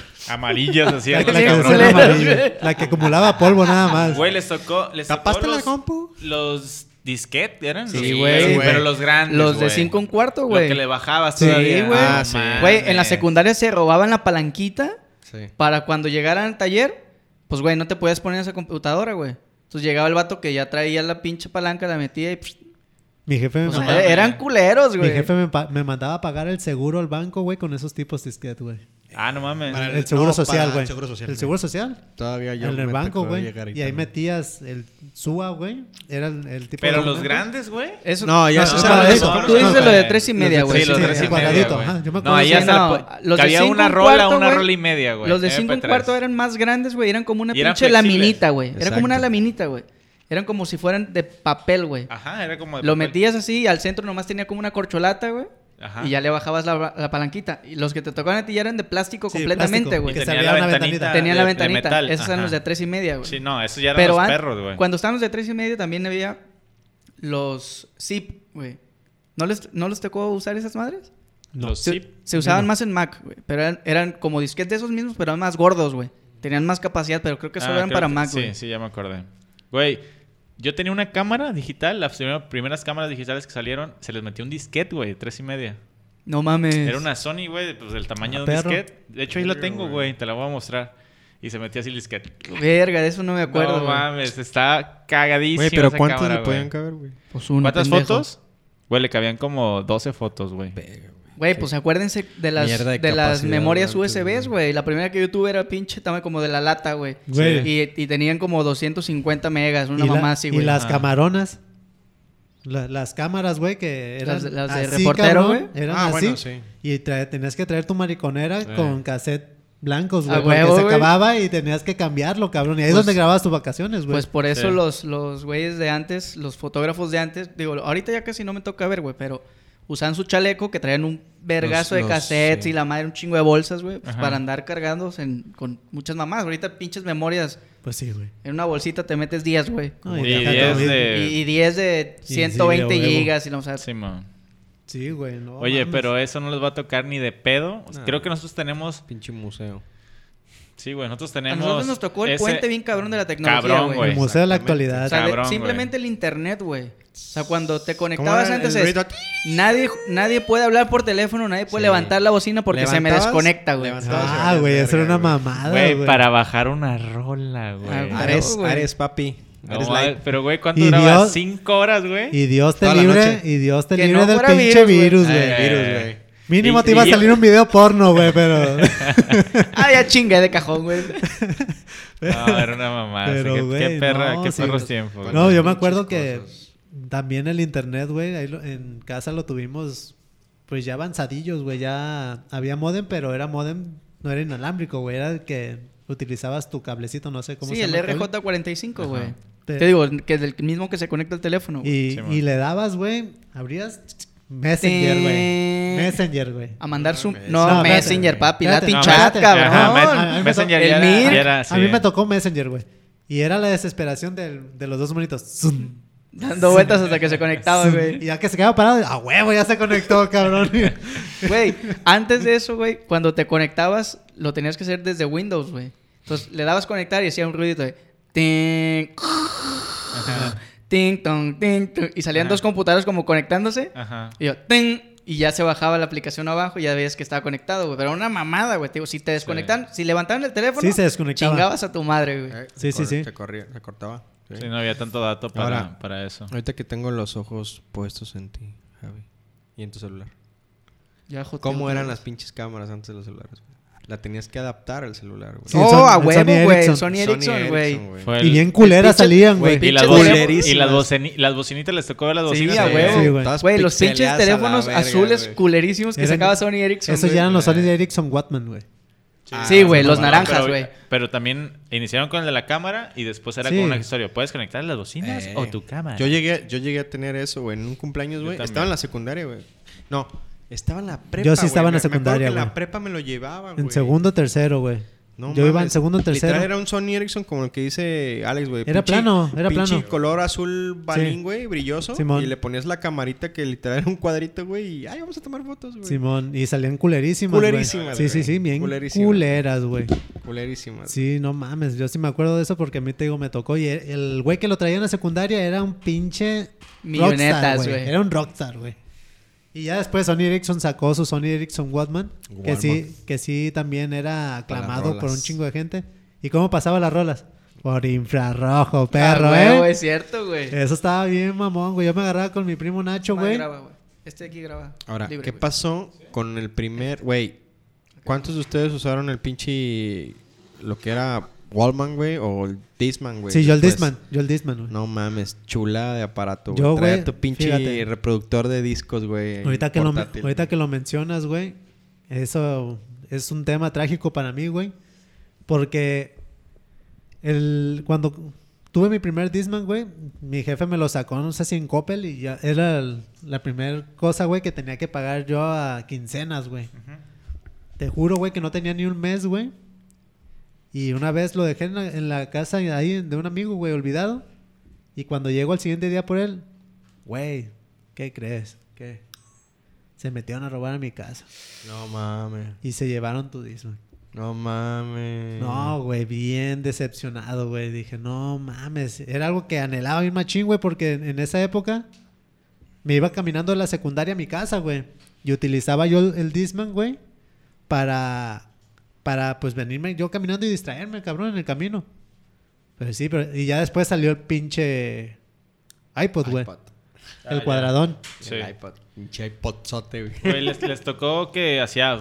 Amarillas así. La, a que los que le- la, cabrón. la cabrones. amarilla, la que acumulaba polvo nada más. Güey, les tocó... Les tocó ¿Tapaste la los- compu? Los disquetes eran Sí, Los- güey. Pero los grandes. Los de güey. cinco un cuarto, Lo que le güey. bajabas Sí, todavía. güey. Ah, sí. mames. Güey, en la secundaria se robaban la palanquita Sí. para cuando llegaran al taller, pues, güey, no te podías poner esa computadora, güey. Entonces llegaba el vato que ya traía la pinche palanca, la metía y... psh, Mi jefe me o sea, mandaba- mames. eran culeros, Mi Pues, güey. jefe me, pa- me mandaba a pagar el seguro al banco, güey, con esos tipos de disquet, güey. Ah, no mames. Para- El seguro No, social, para güey. el seguro social, El sí. seguro social. Todavía yo el del me banco, tocó güey. llegar Y ahí también. metías el SUA, güey. Era el, el tipo Pero de los documento. grandes, güey. Eso- No, ya se no, sabe no, de eso- eso. Tú dices güey. lo de tres y media, güey. Sí, los Sí, de tres el y media, cuadradito, güey. ajá, yo me No, acuerdo ahí de ya ese. se la No, po- los de cabía cinco una en rola, cuarto, una güey. rola y media, güey. Eh, Los de 5 5 en cuarto eran más grandes, güey. Eran como una Y eran pinche flexibles. laminita, güey. Era como una Exacto. laminita, güey. Eran como si fueran de papel, güey. Ajá, era como... Ah, de Lo papel. metías así y al centro nomás tenía como una corcholata, güey. Ajá. Y ya le bajabas la, la palanquita. Y los que te tocaban a ti ya eran de plástico Sí, completamente, plástico. Y güey. Que tenía la salía una ventanita. ventanita. Tenían la de- de ventanita. metal, Esos eran ajá. los de tres y media, güey. Sí, no, esos ya eran Pero los an- perros, güey. cuando estaban los de tres y media también había los zip, güey. ¿No les, ¿No les tocó usar esas madres? Los Se, zip. se usaban más en Mac, güey. Pero eran, eran como disquetes de esos mismos, pero eran más gordos, güey. Tenían más capacidad, pero creo que solo Ah, eran creo para que- Mac, Sí, güey. sí, ya me acordé. Güey, yo tenía una cámara digital. Las primer- primeras cámaras digitales que salieron, se les metió un disquete, güey. Tres y media. No mames. Era una Sony, güey, pues del tamaño Ah, de un perro. disquete. De hecho, ahí lo tengo, güey. Te la voy a mostrar. Y se metía así el disquete. Verga, de eso no me acuerdo. No güey. mames, está cagadísimo. Güey, pero esa ¿cuántos cámara, le güey. podían caber, güey? Pues uno, ¿Cuántas pendejo. fotos? Güey, le cabían como 12 fotos, güey. Güey, pues acuérdense de las, Mierda de de las capacidad memorias antes, USBs, güey. La primera que yo tuve era pinche tamaño como de la lata, güey. Güey. Y, y tenían como 250 megas, una y la- mamá así, Y güey. las Ah. camaronas. La- las cámaras, güey, que eran Las de- las de así, reportero, cabrón, güey. Eran Ah, así. bueno, sí. Y trae- tenías que traer tu mariconera con cassette blancos, A güey. Porque huevo, se güey. acababa y tenías que cambiarlo, cabrón. Y ahí es Pues- donde grababas tus vacaciones, güey. Pues por eso Sí. los, los güeyes de antes, los fotógrafos de antes, digo, ahorita ya casi no me toca ver, güey, pero usaban su chaleco que traían un vergazo Los- de los- cassettes sí. y la madre, un chingo de bolsas, güey, pues, Ajá. para andar cargados en- con muchas mamás. Ahorita pinches memorias, Pues sí, güey. en una bolsita te metes 10, güey. No, Y deja 10 todo bien. de- Y, y 10 de 120 sí, de huevo. gigas y no, o sea, Sí, man. Sí, güey. no Oye, mames. pero eso no les va a tocar ni de pedo. No. Creo que nosotros tenemos. Pinche museo. Sí, güey, nosotros a tenemos. nosotros nos tocó el ese- puente bien cabrón de la tecnología, Cabrón, güey. güey. El museo de eh, la O exactamente. actualidad. sea, de- Cabrón, simplemente el internet, güey. O sea, cuando te conectabas era antes el es- ruido? nadie, nadie puede hablar por teléfono, nadie puede Sí. levantar la bocina porque se me Levantabas, desconecta, güey. levantabas. Ah, güey, eso era una Verga, güey. mamada, Güey, Ah, güey. para bajar una rola, Ah, güey. güey. Ares, güey. Ares, papi. No, Ares ay, Light. pero, güey, ¿cuánto Y duraba? Dios- ¿Cinco horas, güey? Y Dios te Toda la libre, noche. y Dios te Que libre no del fuera pinche virus, virus, güey. güey. Eh, virus, güey. Mínimo Y- te iba a y- salir un video porno, güey, pero. Ah, ya chingue de cajón, güey. No, era una mamá. Pero, qué, qué güey, perra, no, qué sí, perros güey. tiempos. No, yo me Muchas acuerdo que cosas. también el internet, güey, ahí lo- en casa lo tuvimos pues ya avanzadillos, güey, ya había modem, pero era modem, no era inalámbrico, güey, era el que utilizabas tu cablecito, no sé cómo Sí, se el llama. cable. RJ45, güey. Te- Te digo, que es el mismo que se conecta al teléfono, güey. Y, Sí, y man. le dabas, güey, abrías Messenger, Tin. güey. Messenger, güey. A mandar su... No, No, espérate, Messenger, güey. papi. Espérate, Latin no, chat, espérate. cabrón. Ajá, me- a mí Ajá, me Messenger tocó- ya el era- Mir. ya era. a mí Ah, sí. me tocó Messenger, güey. Y era la desesperación del- de los dos monitos. Zum, Dando vueltas hasta que se conectaba, zum. güey. Y ya que se quedaba parado, a huevo, ya se conectó, cabrón. Güey, antes de eso, güey, cuando te conectabas, lo tenías que hacer desde Windows, güey. Entonces le dabas conectar y hacía un ruidito de. ting, ting, tong, ting, tong, y salían Ajá. dos computadoras como conectándose. Ajá. Y yo, ting, y ya se bajaba la aplicación abajo y ya veías que estaba conectado, güey. Pero una mamada, güey. te Digo, si te desconectan, si levantaban el teléfono, Sí, se desconectaba. chingabas a tu madre, güey. Eh, Sí, se sí, sí. Se, corría, se cortaba. sí. Sí, no había tanto dato para, Ahora- para eso. Ahorita que tengo los ojos puestos en ti, Javi, y en tu celular. Ya joteó ¿Cómo otra eran vez. las pinches cámaras antes de los celulares? güey? La tenías que adaptar al celular, güey. Sí, oh, el Sony- a el huevo, Sony güey. Ericsson. Sony Ericsson, güey. Fue Y el- bien culeras pinche- salían, güey. Y pinches las, bocin- culerísimas. y las, bocini- las bocinitas les tocó las Sí, bocinas. a de- Sí, huevo. güey. Todas Güey, los pixeleadas pinches a la teléfonos verga, azules güey. culerísimos que Eran- sacaba Sony Ericsson. Esos güey. ya eran los Ah. Sony Ericsson Watman, güey. Sí, güey, los No, naranjas, pero- güey. Pero, también iniciaron con el de la cámara y después era Sí. con un accesorio. ¿Puedes conectar las bocinas o tu cámara? Eh, Yo llegué, yo llegué a tener eso, güey, en un cumpleaños, Yo güey. también. Estaba en la secundaria, güey. No, estaba en la prepa. Yo sí estaba güey. en la Me- me acuerdo secundaria, que en la güey. prepa me lo llevaba, Ah, güey. En segundo, tercero, güey. No Yo iba en mames. segundo, tercero. Literal, era un Sony Ericsson como el que dice Alex, güey. Era Pinche- plano, era pinche plano. color azul balín, güey, brilloso. Simón. Y le ponías la camarita que literal era un cuadrito, güey. Y, ay, vamos a tomar fotos, güey. Simón, y salían culerísimas. güey. Culerísimas, Sí, sí, güey. sí, bien Culerísimas. culeras, güey. Culerísimas. Sí, no mames, yo sí me acuerdo de eso porque a mí te digo, me tocó. Y el- el güey que lo traía en la secundaria era un pinche. Millonetas, rockstar, güey. Era un rockstar, güey. Y ya después Sony Ericsson sacó su Sony Ericsson Walkman, que Walkman. sí, que sí también era aclamado las por un rolas. chingo de gente. ¿Y cómo pasaba las rolas? Por infrarrojo, perro, Ah, huevo, ¿eh? Es cierto, güey. Eso estaba bien mamón, güey. Yo me agarraba con mi primo Nacho, Más güey. graba, güey. Este de aquí graba. Ahora, libre, pues. ¿qué güey. pasó con el primer, güey? ¿Cuántos de ustedes usaron el pinche lo que era Wallman, güey, o el Disman, güey? Sí, yo el después? Disman, yo el Disman, güey. No mames, chula de aparato, Yo, güey. Trae güey, tu pinche fíjate. reproductor de discos, güey. Ahorita que, lo, portátil. ahorita que lo mencionas, güey, eso es un tema trágico para mí, güey. Porque el, cuando tuve mi primer Disman, güey, mi jefe me lo sacó, no sé si en Coppel, y ya era el- la primera cosa, güey, que tenía que pagar yo a quincenas, güey. Te juro, güey, que no tenía ni un mes, güey. Y una vez lo dejé en la, en la casa ahí de un amigo, güey, olvidado. Y cuando llego al siguiente día por él, güey, ¿qué crees? ¿Qué? Se metieron a robar a mi casa No mames, y se llevaron tu Disman. no mames. No, güey, bien decepcionado, güey. Dije, no mames. Era algo que anhelaba bien machín, güey, porque en en esa época me iba caminando de la secundaria a mi casa, güey. Y utilizaba yo el, el Disman, güey, para, para, pues, venirme yo caminando y distraerme, cabrón, en el camino. Pero sí, pero, y ya después salió el pinche iPod, pues, güey. iPod. Ah, El ya. cuadradón. Sí. El iPod. Pinche iPodzote, güey. Güey, les, les tocó que hacía.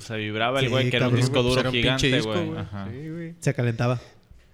Se vibraba el Sí, güey, que era un cabrón, disco Pues duro era un pinche gigante, disco, güey. Ajá. Sí, güey. Se calentaba.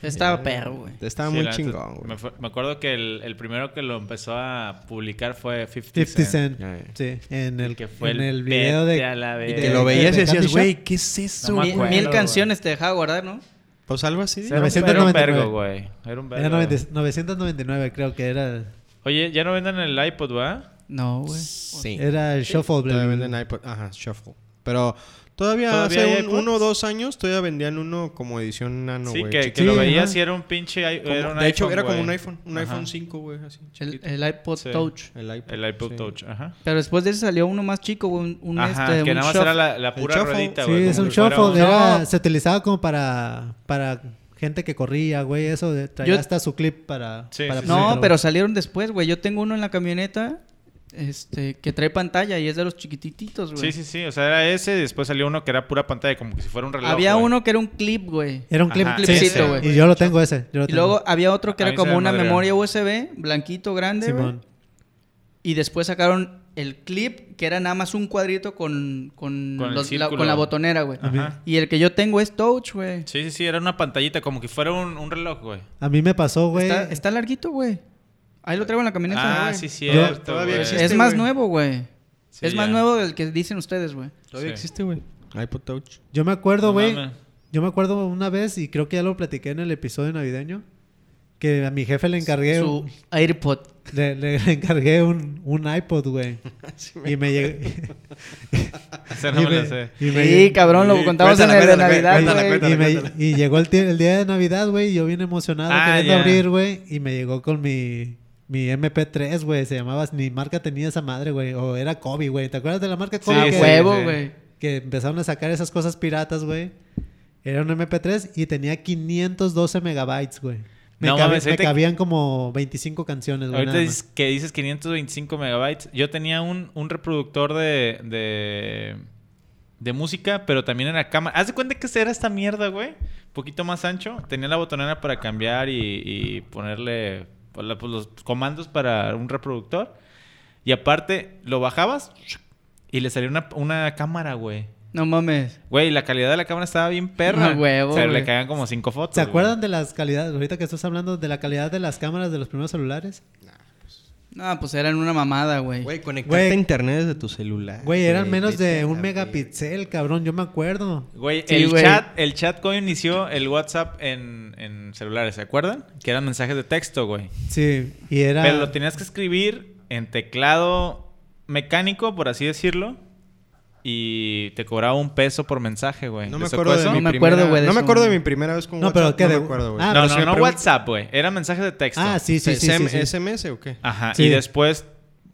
Estaba perro, güey. Estaba Sí, muy la neta, chingón, Me, güey. fue- me acuerdo que el, el primero que lo empezó a publicar fue 50, 50 Cent. Cent. Ya, ya. Sí, en el, que fue en el el video vete de... a la de- verga. Que lo de- veías y de Candy decías, Shop. güey, ¿qué es eso? No me Mil, acuerdo, mil güey. canciones te dejaba guardar, ¿no? Pues algo así. Era un- 999. Era un vergo, güey. Era un vergo. Era 90 999, creo que era. Oye, ya no venden el iPod, ¿va? No, güey. Sí. Era el Shuffle. Todavía el- venden iPod. Ajá, Shuffle. Pero todavía, ¿Todavía hay hace un- iPods? uno o dos años todavía vendían uno como edición nano, sí, güey. que, que chiquito. lo Sí, veías ajá. y era un pinche. i- Como- era un de hecho, iPhone, era como güey. un iPhone. Un Ajá. iPhone 5, güey. Así, El, chiquito. el iPod Sí. Touch. El iPod. El iPod sí. Touch, ajá. Pero después de ese salió uno más chico, güey. Un, un Ajá, este, que un nada más shuffle. era la, la El pura shuffle. ruedita, Sí, güey. es como un si fuera Shuffle. un- Era, No. se utilizaba como para, para gente que corría, güey. Eso de- traía Yo- hasta su clip para. Sí, para sí, sí. ponerlo, No, güey. pero salieron después, güey. Yo tengo uno en la camioneta este, que trae pantalla y es de los chiquititos, güey. Sí, sí, sí. O sea, era ese. y Después salió uno que era pura pantalla, como que si fuera un reloj. Había güey. uno que era un clip, güey. Era un clip. Ajá, sí, clipcito, sí. güey. Y yo lo tengo ese. yo lo Y tengo. luego había otro que A era mí se como me una madrearon. memoria USB, blanquito, grande, güey. Simón. Y después sacaron el clip, que era nada más un cuadrito con, con, Con el los- la, círculo. con la botonera, güey. Ajá. Y el que yo tengo es touch, güey. Sí, sí, sí. Era una pantallita, como que fuera un, un reloj, güey. A mí me pasó, güey. Está, está larguito, güey. Ahí lo traigo en la camioneta, Ah, güey. sí, cierto. todavía güey. existe. Es más güey. nuevo, güey. Sí, es más ya. nuevo del que dicen ustedes, güey. Todavía Sí. existe, güey. iPod Touch. Yo me acuerdo, No güey. mames. yo me acuerdo una vez, y creo que ya lo platiqué en el episodio navideño, que a mi jefe le encargué. Su AirPod. Le, le- le encargué un, un iPod, güey. y me llegué. Esa no y me la me- sé. y me- Sí, cabrón, lo Sí, contamos en cuéntala, el de cuéntala, Navidad, cuéntala, güey. cuéntala. y, me- y llegó el, tie- el día de Navidad, güey, y yo bien emocionado Ah, queriendo ya. abrir, güey, y me llegó con mi, mi MP3, güey, se llamaba, ni marca tenía esa madre, güey, o era Kobe, güey, ¿te acuerdas de la marca Sí, Kobe? A que, sí. huevo, güey. que empezaron a sacar esas cosas piratas, güey. Era un MP3 y tenía 512 megabytes, güey. Me, No cabi- mames, me ahorita- cabían como 25 canciones, güey. Ahorita nada dices que dices 525 megabytes. Yo tenía un, un reproductor de, de, de música, pero también era cámara. Haz de cuenta que esa era esta mierda, güey. Un poquito más ancho. Tenía la botonera para cambiar y, y ponerle pues, la- pues, los comandos para un reproductor. Y aparte, lo bajabas y le salía una, una cámara, güey. No mames. Güey, la calidad de la cámara estaba bien perra. Ah, huevo, Pero güey. le caían como cinco fotos. más. ¿Se güey. acuerdan de las calidades? Ahorita que estás hablando de la calidad de las cámaras de los primeros celulares. No, pues eran una mamada, güey. Güey, conectarte Güey. a internet desde tu celular. Güey, eran menos vete de a un la megapixel, cabrón. Yo me acuerdo. Güey, Sí, el güey. chat, el chat cuando inició el WhatsApp en, en celulares, ¿se acuerdan? Que eran mensajes de texto, güey. Sí, y era. Pero lo tenías que escribir en teclado mecánico, por así decirlo. Y te cobraba un peso por mensaje, güey. No ¿Les me tocó acuerdo de eso? mi No me primera- acuerdo, güey, de No me eso, acuerdo de güey. mi primera vez con No, WhatsApp. pero ¿qué no de- me acuerdo, güey. Ah, no, pero sí no, me no pregun- WhatsApp, güey. Eran mensajes de texto. Ah, sí, sí, sí. sí, SM- sí. Ah, ¿SMS o qué? Ajá. Sí. Y después,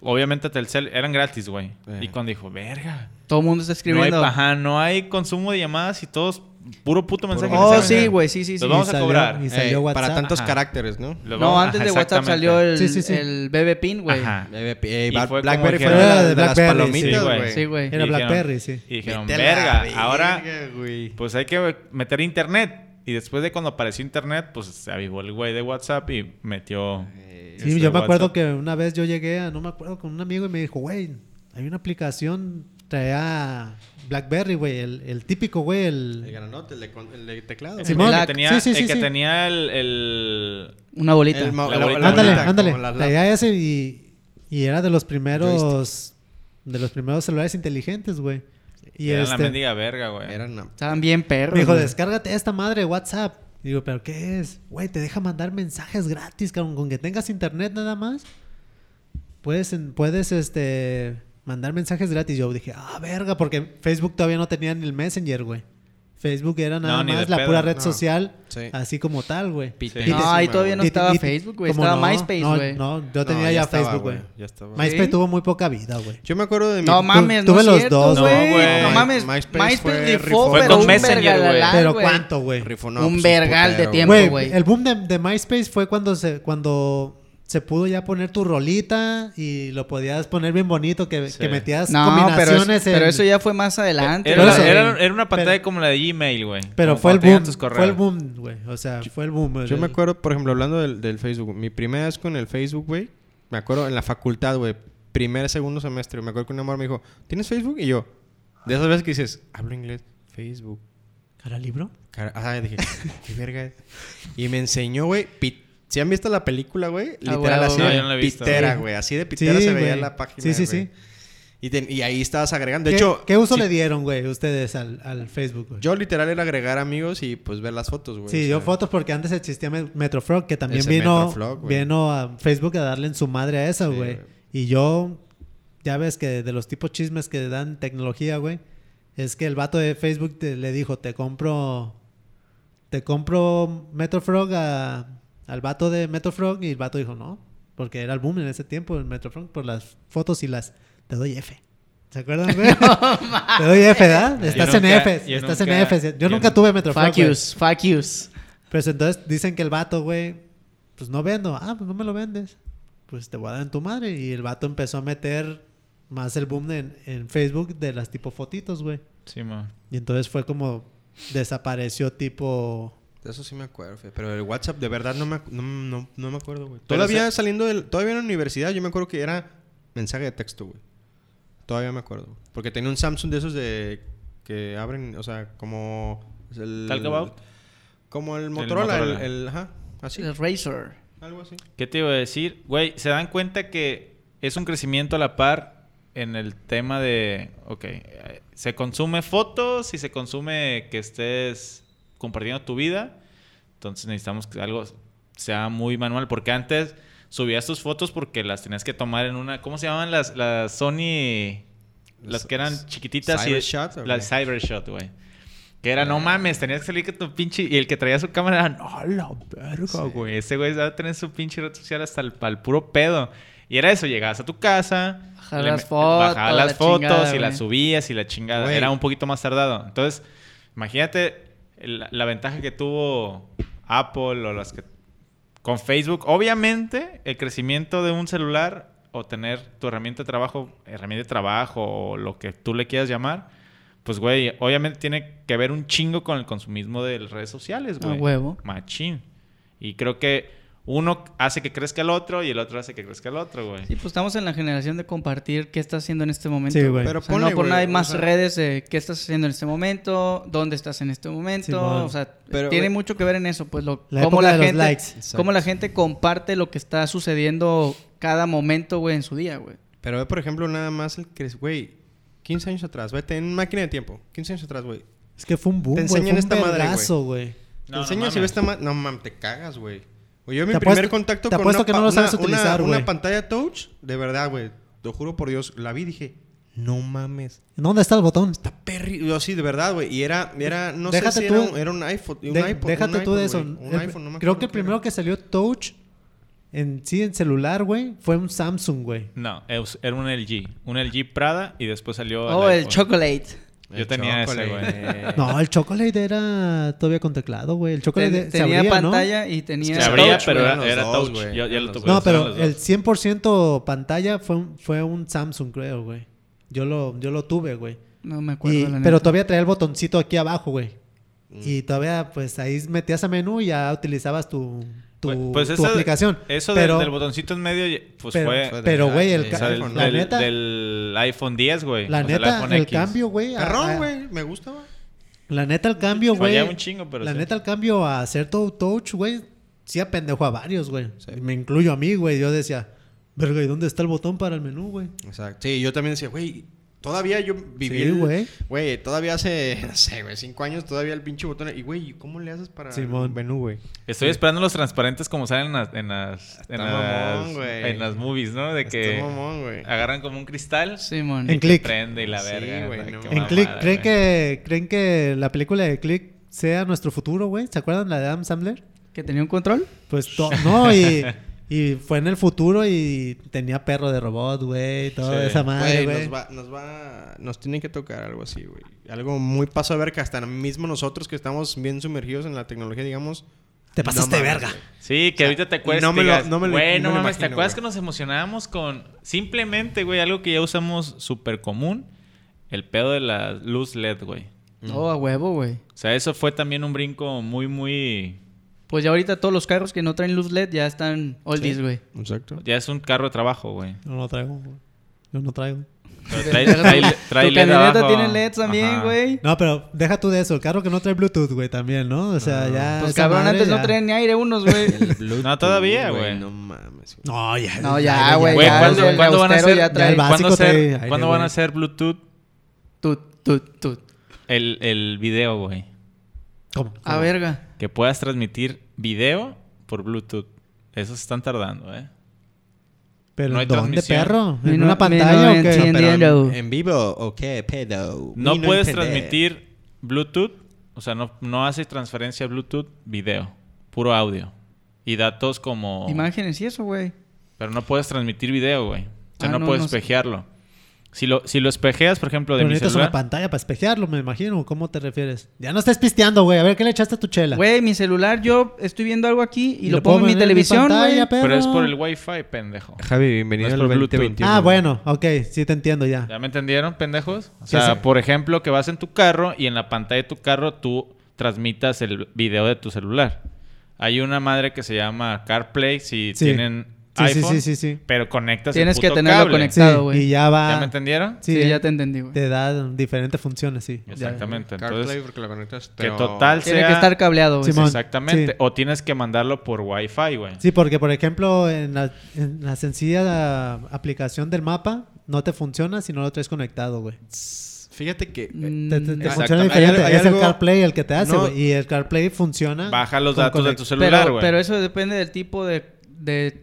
obviamente, Telcel eran gratis, güey. Eh. Y cuando dijo, verga. Todo el mundo está No hay, escribiendo. ajá, no hay consumo de llamadas y todos puro puto mensaje. oh, mensaje. sí, güey, sí, sí, sí. Los vamos Y a salió- cobrar. Y salió Eh, WhatsApp. Para tantos Ajá. caracteres, ¿no? Los No, vamos- antes ajá, de WhatsApp exactamente. salió el, Sí, sí, sí. el BB Pin, güey. Ajá. Eh, eh, Y Bar- fue como Blackberry que fue era la de de las Blackberry, palomitas, sí, güey. güey. Sí, güey. Era Y dijeron- Blackberry, sí. Y dijeron, Vete a la verga, ahora güey. pues hay que meter internet. Y después de cuando apareció internet, pues se avivó el güey de WhatsApp y metió... Eh, Sí, este yo me acuerdo WhatsApp. que una vez yo llegué a, no me acuerdo, con un amigo y me dijo, güey, hay una aplicación, traía Blackberry, güey, el, el típico, güey, El el... granote, el de, con- el de teclado. Sí, güey. Simón. El que tenía, Sí, sí, sí, el, que sí. tenía el, el- Una bolita. El ma- La la- bolita. la ándale, bolita, ándale, como las traía ese y, y era de los primeros, de los primeros celulares inteligentes, güey. Y era la este, me mendiga verga, güey. Eran una- Estaban bien perros. dijo, güey. descárgate esta madre, WhatsApp. Digo, ¿pero qué es? Güey, te deja mandar mensajes gratis, cabrón, con que tengas internet nada más. Puedes, en- puedes, este, mandar mensajes gratis. Yo dije, ah, verga, porque Facebook todavía no tenía ni el Messenger, güey. Facebook era nada No, ni de más la pedo, pura red no. social, Sí. así como tal, güey. Pite. Sí. No, ahí todavía no Y- estaba y- Facebook, güey. ¿cómo Estaba no? MySpace, No, güey. No, No, yo tenía No, ya, estaba, Facebook, güey. Ya estaba. Ma- MySpace ¿Sí? tuvo muy poca vida, güey. Yo me acuerdo de mi... mames, no tu- tuve es los cierto, dos, güey. no, güey. No mames, MySpace MySpace fue rifó, rifó. Fue pero con un Messenger, güey. vergalalán, Pero güey. ¿cuánto, güey? Rifó, Un pues, vergal de putero, tiempo. güey. Güey, güey. el boom de, de MySpace fue cuando se, cuando se pudo ya poner tu rolita y lo podías poner bien bonito, que, Sí. que metías No, pero, es- combinaciones. en- pero eso ya fue más adelante. Era, Pero güey. eso- era- era una pantalla pero- como la de Gmail, güey. pero Como fue el cuando tenían boom, tus correos. fue el boom, güey. O sea, fue el boom. Yo el- me acuerdo, por ejemplo, hablando del, del Facebook. Mi primera vez con el Facebook, güey. Me acuerdo en la facultad, güey. Primer, segundo semestre. Me acuerdo que un amor me dijo, ¿tienes Facebook? Y yo, de esas veces que dices, hablo inglés, Facebook. ¿Cara libro? Cara- ah, dije, qué verga. es?". Y me enseñó, güey. Si han visto la película, güey? Ah, Literal, huevo. así No, de yo no la he visto. pitera, Sí. güey. Así de Sí, pitera se veía güey. la página. Sí, sí, güey. sí. Y, te- y ahí estabas agregando. ¿Qué, De hecho, ¿Qué uso sí, le dieron, güey, ustedes al, al Facebook, güey? Yo literal era agregar amigos y pues ver las fotos, güey. Sí, o sea, yo fotos porque antes existía Me- Metrofrog, que también Ese vino, Metrofrog, güey. vino a Facebook a darle en su madre a esa, Sí, güey. güey. y yo, ya ves que de los tipos chismes que dan tecnología, güey, es que el vato de Facebook te- le dijo, te compro, te compro Metrofrog a- al vato de Metrofrog y el vato dijo, no, porque era el boom en ese tiempo, el Metrofrog, por las fotos y las, te doy F. ¿Se acuerdan, güey? te doy F, ¿verdad? Yo Estás en nunca- F, yo estás en nunca- F. Yo, yo nunca nu- tuve Metrofrog, Fuck güey. yous, fuck yous. Pues entonces dicen que el vato, güey, pues no vendo. Ah, pues no me lo vendes. Pues te voy a dar en tu madre. Y el vato empezó a meter más el boom en, en Facebook de las tipo fotitos, güey. Sí, ma. Y entonces fue como desapareció tipo... De eso sí me acuerdo, fe, pero el WhatsApp de verdad no me, ac- no, no- no me acuerdo, güey. Pero, Todavía o sea- saliendo del, todavía en la universidad yo me acuerdo que era mensaje de texto, güey. Todavía me acuerdo, güey. porque tenía un Samsung de esos de que abren, o sea, como es el Talk about. como el Motorola, el, Motorola. el- ajá, ¿Ah, así, El Razor. algo así. ¿Qué te iba a decir? Güey, ¿se dan cuenta que es un crecimiento a la par en el tema de, ok, eh, se consume fotos y se consume que estés compartiendo tu vida? Entonces necesitamos que algo sea muy manual, porque antes subías tus fotos porque las tenías que tomar en una, ¿cómo se llamaban las, las Sony? Las que eran chiquititas Cybershot, y ¿o Ah. las Cybershot, güey. Que era, no mames, tenías que salir con tu pinche... Y el que traía su cámara era, no, la verga, güey. Ese güey a tener su pinche red social hasta el, pa'l puro pedo. Y era eso, llegabas a tu casa... Bajar le las me- fotos, Bajabas la las fotos chingada, y güey. las subías y la chingada. Güey. Era un poquito más tardado. Entonces, imagínate el- la, ventaja que tuvo Apple o las que... Con Facebook, obviamente, el crecimiento de un celular o tener tu herramienta de trabajo, herramienta de trabajo o lo que tú le quieras llamar, pues, güey, obviamente tiene que ver un chingo con el consumismo de las redes sociales, A güey. huevo. Machín. Y creo que uno hace que crezca el otro y el otro hace que crezca el otro, güey. Sí, pues estamos en la generación de compartir qué estás haciendo en este momento. Sí, güey. O Pero sea, ponle, no por güey, nada hay o más sea, redes de qué estás haciendo en este momento, dónde estás en este momento. Simón. o sea, Pero, tiene güey, mucho que ver en eso, pues lo La cómo época la de los gente, likes. cómo la gente comparte lo que está sucediendo cada momento, güey, en su día, güey. Pero ve, por ejemplo, nada más el que es, güey, 15 años atrás, vete en máquina de tiempo, 15 años atrás, güey. Es que fue un boom, Te güey. Fue enseñan un esta madre, güey. vergazo, güey. te enseño si ves esta ma- No mames, te cagas, güey. Güey, yo mi Te primer apuesto- contacto te con apuesto una, que no pa- lo sabes una- una- utilizar, una güey. pantalla touch, de verdad, güey. Te juro por Dios, la vi y dije, no mames. ¿Dónde está el botón? Perri, yo sí, de verdad, güey. Y era, era, no Déjate sé si tú- era, un, era un iPhone. Un De- iPod, déjate un tú de iPod, eso. güey. Un El- iPhone, no me acuerdo creo que el qué era. primero que salió Touch en sí, en celular, güey, fue un Samsung, güey. Eh. No, es- era un LG. Un LG Prada y después salió. Oh, el iPhone. chocolate. Yo tenía ese, chocolate. No, el Chocolate era todavía con teclado, güey. El Chocolate Ten- de- se tenía abría, ¿no? pantalla y tenía Se Era abría, touch, pero güey, era, eran los era dos, touch. güey, Yo, yo eran lo los tuve. Pues, no, eran pero los el dos. 100% pantalla fue un, fue un Samsung, creo, güey. Yo lo, yo lo tuve, güey. No me acuerdo. Y- la Pero neta. todavía traía el botoncito aquí abajo, güey. Mm. Y todavía, pues ahí metías a menú y ya utilizabas tu, tu, Pues- pues tu esa- aplicación. Eso Pero- del, del botoncito en medio, pues pero- fue. fue de- Pero, güey, el, de- o ca- sea, del, iPhone, la del- neta, del iPhone 10, güey. la O sea, neta, iPhone el X. cambio, güey. a- Perrón, a- güey. Me gusta, güey. La neta, el cambio, güey. Fallaba un chingo, pero La sí. neta, el cambio a hacer todo touch, güey, sí apendejo a varios, güey. Sí. Me incluyo a mí, güey. Yo decía, verga, ¿y dónde está el botón para el menú, güey? Exacto. Sí, yo también decía, güey, todavía yo viví. Sí, el- güey. Güey, todavía hace, no sé, güey, cinco años todavía el pinche botón. Y, güey, ¿cómo le haces para Simón. el menú, güey? Estoy esperando los transparentes como salen en las. En las, en Está mamón, las- güey. en las movies, ¿no? De que Estás mamón, güey. agarran como un cristal. Simón. En que click. Prende y la Sí, verga. güey, o sea, no mames. qué En mamada, Click, ¿creen güey. que, ¿creen que la película de Click sea nuestro futuro, güey? ¿Se acuerdan la de Adam Sandler? ¿Que tenía un control? Pues to- no, y, y fue en el futuro y tenía perro de robot, güey, toda Sí. esa madre, Güey, güey. nos va, nos va, nos tiene que tocar algo así, güey. Algo muy paso a ver que hasta mismo nosotros que estamos bien sumergidos en la tecnología, digamos. Te no pasaste de mames, verga. Sí, que O sea, ahorita te acuerdas. no me lo- digas, no me lo- "Güey, no no me lo mames, ¿te imagino, acuerdas güey". que nos emocionábamos con. Simplemente, güey, algo que ya usamos súper común: el pedo de la luz LED, güey. Oh, a huevo, güey. O sea, eso fue también un brinco muy, muy. Pues ya ahorita todos los carros que no traen luz LED ya están oldies, güey. Exacto. Ya es un carro de trabajo, güey. Yo no lo traigo, güey. Yo no traigo. Pero Trae, trae, trae tu LED camioneta abajo. tiene LED también, Ajá. güey. No, pero deja tú de eso. El carro que no trae Bluetooth, güey, también, ¿no? O sea, ya... Pues esa cabrón, madre antes no ya- traían ni aire unos, güey. No, Ah, todavía, güey. No mames. güey. No, ya. No, ya, güey. Güey, ya, ¿cuándo- desde el cuándo van a austero hacer- ya trae- ya el va- ¿Cuándo, Básico hacer- trae aire, cuándo van a güey. hacer Bluetooth Tut, tut, tut. el, el video, güey? ¿Cómo? A verga. Que puedas transmitir video por Bluetooth. Eso se están tardando, ¿eh? ¿Pero no hay en dónde, transmisión. perro? Me ¿En no- una me pantalla no o qué? entiendo. Pero Entiendo. en, en vivo o qué pedo. No Y puedes entender. transmitir Bluetooth, o sea, no, no haces transferencia Bluetooth, video, puro audio. Y datos como... Imágenes y eso, güey. Pero no puedes transmitir video, güey. O sea, Ah, no, no, puedes no sé. espejearlo. Si lo, si lo espejeas, por ejemplo, de Pero mi necesitas una celular... pantalla para espejearlo, me imagino. ¿Cómo te refieres? Ya no estés pisteando, güey. A ver, ¿qué le echaste a tu chela? Güey, mi celular, yo estoy viendo algo aquí y, lo, pongo en mi televisión, güey. Pero es por el Wi-Fi, pendejo. Javi, No bienvenido es por al Bluetooth. 2021. Ah, bueno, ok, sí te entiendo ya. ¿Ya me entendieron, pendejos? O Ya sea, sé. por ejemplo, que vas en tu carro y en la pantalla de tu carro tú transmitas el video de tu celular. Hay una madre que se llama CarPlay si Sí. tienen Sí, sí, iPhone. sí, sí, sí. Pero conectas el Tienes que puto tenerlo cable. conectado. Sí, Claro, güey. y ya va. ¿Ya Ah. me entendieron? Sí, ya te entendí, güey. Te da diferentes funciones, sí. Ya. Exactamente. CarPlay Entonces, porque la conectas. que pero- total Tiene sea- que estar cableado, güey. Simón. exactamente. Sí. O tienes que mandarlo por Wi-Fi, güey. Sí, porque por ejemplo, en la, en la sencilla aplicación del mapa no te funciona si no lo traes conectado, güey. Fíjate que. eh, Mm, Te, te- te Exactamente. funciona Hay diferente. algo- hay es algo- el CarPlay el que te hace, No. güey. Y el CarPlay funciona. Baja los con datos de conect- tu celular, pero, güey. pero eso depende del tipo de, de,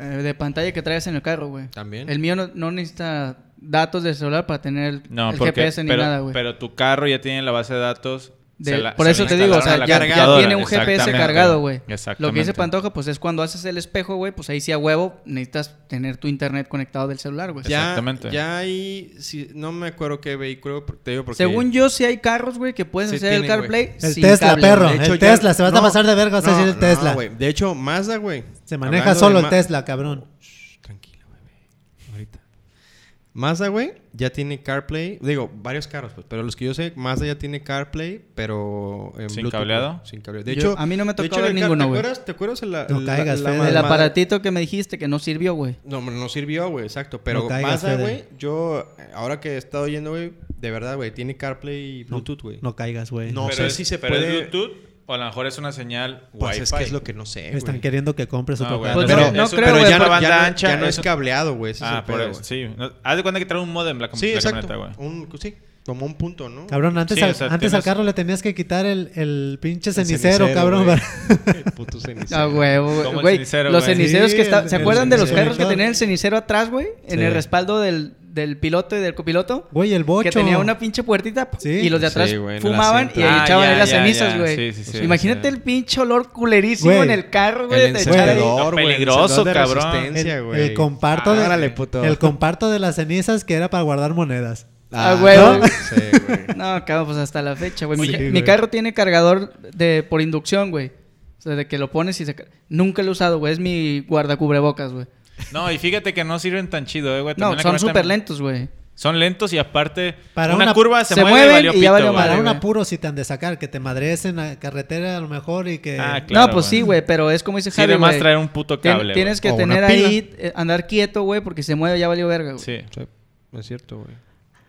eh, de pantalla que traigas en el carro, güey. También. El mío no, no necesita datos del celular para tener el, No, el porque, GPS ni pero, nada, güey. pero tu carro ya tiene la base de datos de- Se la- por se eso la te digo, o sea, instalaron a la ya, ya computadora, tiene un GPS exactamente. cargado, güey. Lo que Exactamente. dice Pantoja, pues es cuando haces el espejo, güey, pues ahí sí a huevo necesitas tener tu internet conectado del celular, güey. Ya, Exactamente. Ya hay. si- no me acuerdo qué vehículo. porque Te digo porque. Según yo, sí hay carros, güey, que puedes Sí hacer el tienen, CarPlay El sin Tesla, cable, perro. güey. De hecho, el ya- Tesla, se va a pasar de verga, vas a decir el Tesla. güey. De hecho, Mazda, güey. Se maneja Hablando solo de el Ma- Tesla, cabrón. Shh, Tranquilo, güey. Ahorita. Mazda, güey, ya tiene CarPlay. Digo, varios carros, pues. Pero los que yo sé, Mazda ya tiene CarPlay, pero. en ¿Sin Bluetooth, cableado? güey, Sin cableado. De Yo- hecho, a mí no me de tocó hecho, ver en el car- ninguno, ¿Te güey. acuerdas? ¿Te acuerdas en la. No la- caigas, la Fede. mamada- El Madre. aparatito que me dijiste que no sirvió, güey. No, no sirvió, güey, exacto. Pero No caigas, Mazda, Fede. güey, yo, eh, ahora que he estado yendo, güey, de verdad, güey, tiene CarPlay y Bluetooth, güey. No caigas, güey. No. Pero sé es- si se pero es puede- Bluetooth o a lo mejor es una señal Pues Wi-Fi. es que es lo que no sé, Me güey. están queriendo que compres No, otro güey, carro. Pues no, Pero, no pero creo, güey, ya, no, porque- ya no- banda ancha, ya no es eso- cableado, güey. ese es Ah, el por pedo, eso, güey. sí. No, haz de cuenta que trae un modem la, com- Sí, la exacto. camioneta, güey. Un- sí, como un punto, ¿no? Cabrón, antes, Sí, al, o sea, antes al tienes- carro le tenías que quitar el, el pinche El cenicero, cabrón. güey. para- El puto cenicero. Ah, Como huevo, el güey. cenicero, Los güey. ceniceros Sí, que estaban. el- ¿Se el acuerdan de los cenicero. carros que tenían el cenicero atrás, güey? En Sí. el respaldo del, del piloto y del copiloto. Güey, el bocho. Que tenía una pinche puertita Sí. y los de atrás Sí, güey, en el fumaban y asiento. Ah, echaban ya, ahí las ya, cenizas, ya. güey. Sí, sí, sí, Imagínate sí. el pinche olor culerísimo Güey. en el carro, El güey. de echar ahí. encendedor, güey. el Peligroso, encendedor de cabrón. el, resistencia, güey. el comparto de, Árale, puto. el comparto de las cenizas que era para guardar monedas. Ah, huevo. Sí, güey. No, cabrón, pues hasta la fecha, güey. Mi, Sí, ca- güey. mi carro tiene cargador de por inducción, güey. O sea, de que lo pones y se... ca- Nunca lo he usado, güey. Es mi guardacubrebocas, güey. No, y fíjate que no sirven tan chido, eh, güey. También No, la son camioneta- súper lentos, güey. Son lentos y aparte Para una, una- curva se, se mueve y mueven valió y ya pito, valió güey. madre. Para un güey. apuro si te han de sacar, que te madrees en la carretera a lo mejor y que... Ah, claro, no, pues güey. sí, güey, pero es como dice Sí, Javi, además güey. traer un puto Tien- cable. güey. tienes que O una tener pila. ahí, eh, andar quieto, güey, porque se mueve, ya valió verga, güey. Sí. Sí, Es cierto, güey.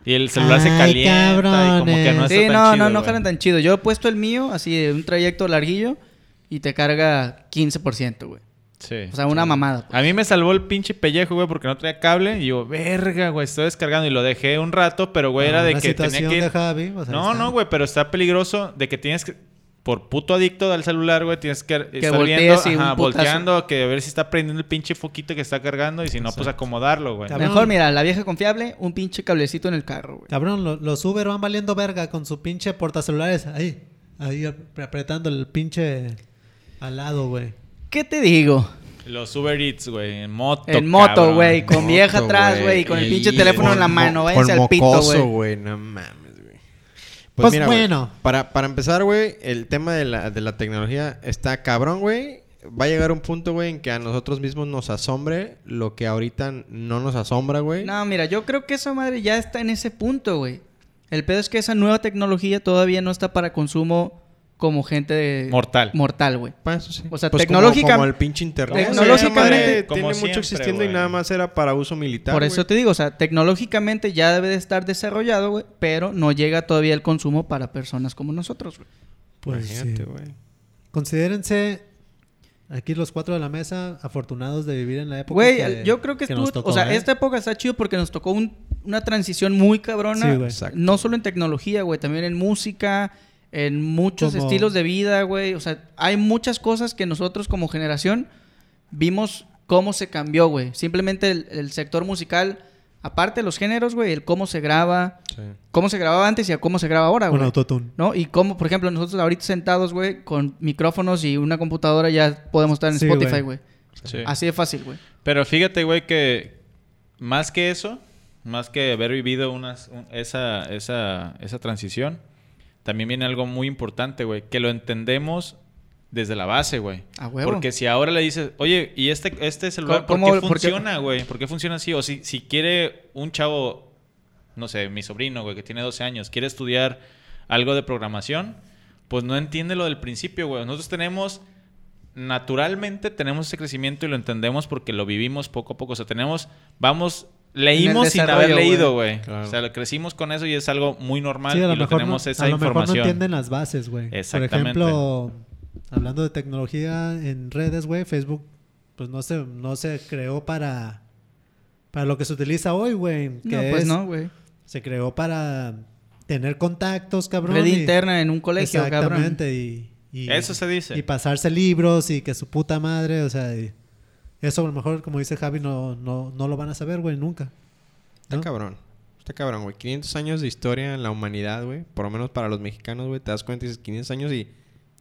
Y el celular se Ay, eh. calienta y como que no cabrones. está Sí, tan no, chido, no, no güey. jalan tan chido. Yo he puesto el mío, así, de un trayecto larguillo, y te carga 15%, güey. Sí. O sea, una mamada. pues. A mí me salvó el pinche pellejo, güey, porque no traía cable. Y yo, verga, güey, estoy descargando. Y lo dejé un rato, pero, güey, era de Una que tenía Ah, situación que... de Javi, o sea, no, está- no, güey, pero está peligroso de que tienes que... Por puto adicto al celular, güey, tienes que, estar voltees viendo, y un putazo. ajá, volteando, que a ver si está prendiendo el pinche foquito que está cargando y si no, pues acomodarlo, güey. Cabrón. Mejor, mira, la vieja confiable, un pinche cablecito en el carro, güey. Cabrón, lo- los Uber van valiendo verga con su pinche portacelulares ahí. Ahí ap- apretando el pinche al lado, güey. ¿Qué te digo? Los Uber Eats, güey, en moto. En moto, cabrón. güey, con Moto, vieja atrás, güey, y con el pinche Y teléfono en con la mo- mano, con váyanse al pito, mocoso, güey. güey. No mames, güey. Pues bueno. güey, para, para empezar, güey, el tema de la, de la tecnología está cabrón, güey. Va a llegar un punto, güey, en que a nosotros mismos nos asombre lo que ahorita no nos asombra, güey. No, mira, yo creo que esa madre ya está en ese punto, güey. El pedo es que esa nueva tecnología todavía no está para consumo como gente de- Mortal. Mortal, güey. Pa, eso sí. O sea, como- tecnológica- Como, el pinche internet. tecnológicamente- Esa madre Como tiene siempre, mucho existiendo y güey. nada más era para uso militar. Por eso güey. te digo, o sea, tecnológicamente ya debe de estar desarrollado, güey, pero no llega todavía el consumo para personas como nosotros, güey. Pues Imagínate, sí. güey. Considérense aquí los cuatro de la mesa afortunados de vivir en la época. Güey, yo creo que, nos estuvo, tocó, o sea, ¿eh? esta época está chido porque nos tocó un- una transición muy Sí, cabrona, güey. Exacto. no solo en tecnología, güey, también en música, en muchos Como- estilos de vida, güey, o sea, hay muchas cosas que nosotros como generación vimos cómo se cambió, güey. Simplemente el, el sector musical, aparte de los géneros, güey, el cómo se graba, Sí. cómo se grababa antes y a cómo se graba ahora, Con güey. autotune. ¿No? Y como, por ejemplo, nosotros ahorita sentados, güey, con micrófonos y una computadora ya podemos estar en Sí, Spotify, güey. güey. Sí. Así de fácil, güey. Pero fíjate, güey, que más que eso, más que haber vivido unas, un- esa, esa, esa transición, también viene algo muy importante, güey, que lo entendemos desde la base, güey. A huevo. Porque si ahora le dices, oye, ¿y este, este celular por ¿Cómo- qué cómo- por qué- funciona, güey? ¿Por qué funciona así? O si, si quiere un chavo, no sé, mi sobrino, güey, que tiene 12 años, quiere estudiar algo de programación, pues no entiende lo del principio, güey. Nosotros tenemos naturalmente tenemos ese crecimiento y lo entendemos porque lo vivimos poco a poco. O sea, tenemos, vamos, leímos sin haber desarrollo, leído, güey. Claro. O sea, lo crecimos con eso y es algo muy normal Sí, a y lo lo mejor, no, tenemos esa a lo mejor no información. entienden las bases, güey. Exactamente. Por ejemplo, hablando de tecnología en redes, güey, Facebook, pues no se, no se creó para, para lo que se utiliza hoy, güey. que No, pues es- no, güey. Se creó para tener contactos, cabrón. Red y- interna en un colegio, cabrón. Exactamente. Y, y- Eso se dice. Y pasarse libros y que su puta madre, o sea, y- eso a lo mejor, como dice Javi, no, no, no lo van a saber, güey, nunca. Está ¿no? cabrón. Está cabrón, güey. 500 años de historia en la humanidad, güey. Por lo menos para los mexicanos, güey. Te das cuenta y dices 500 años y...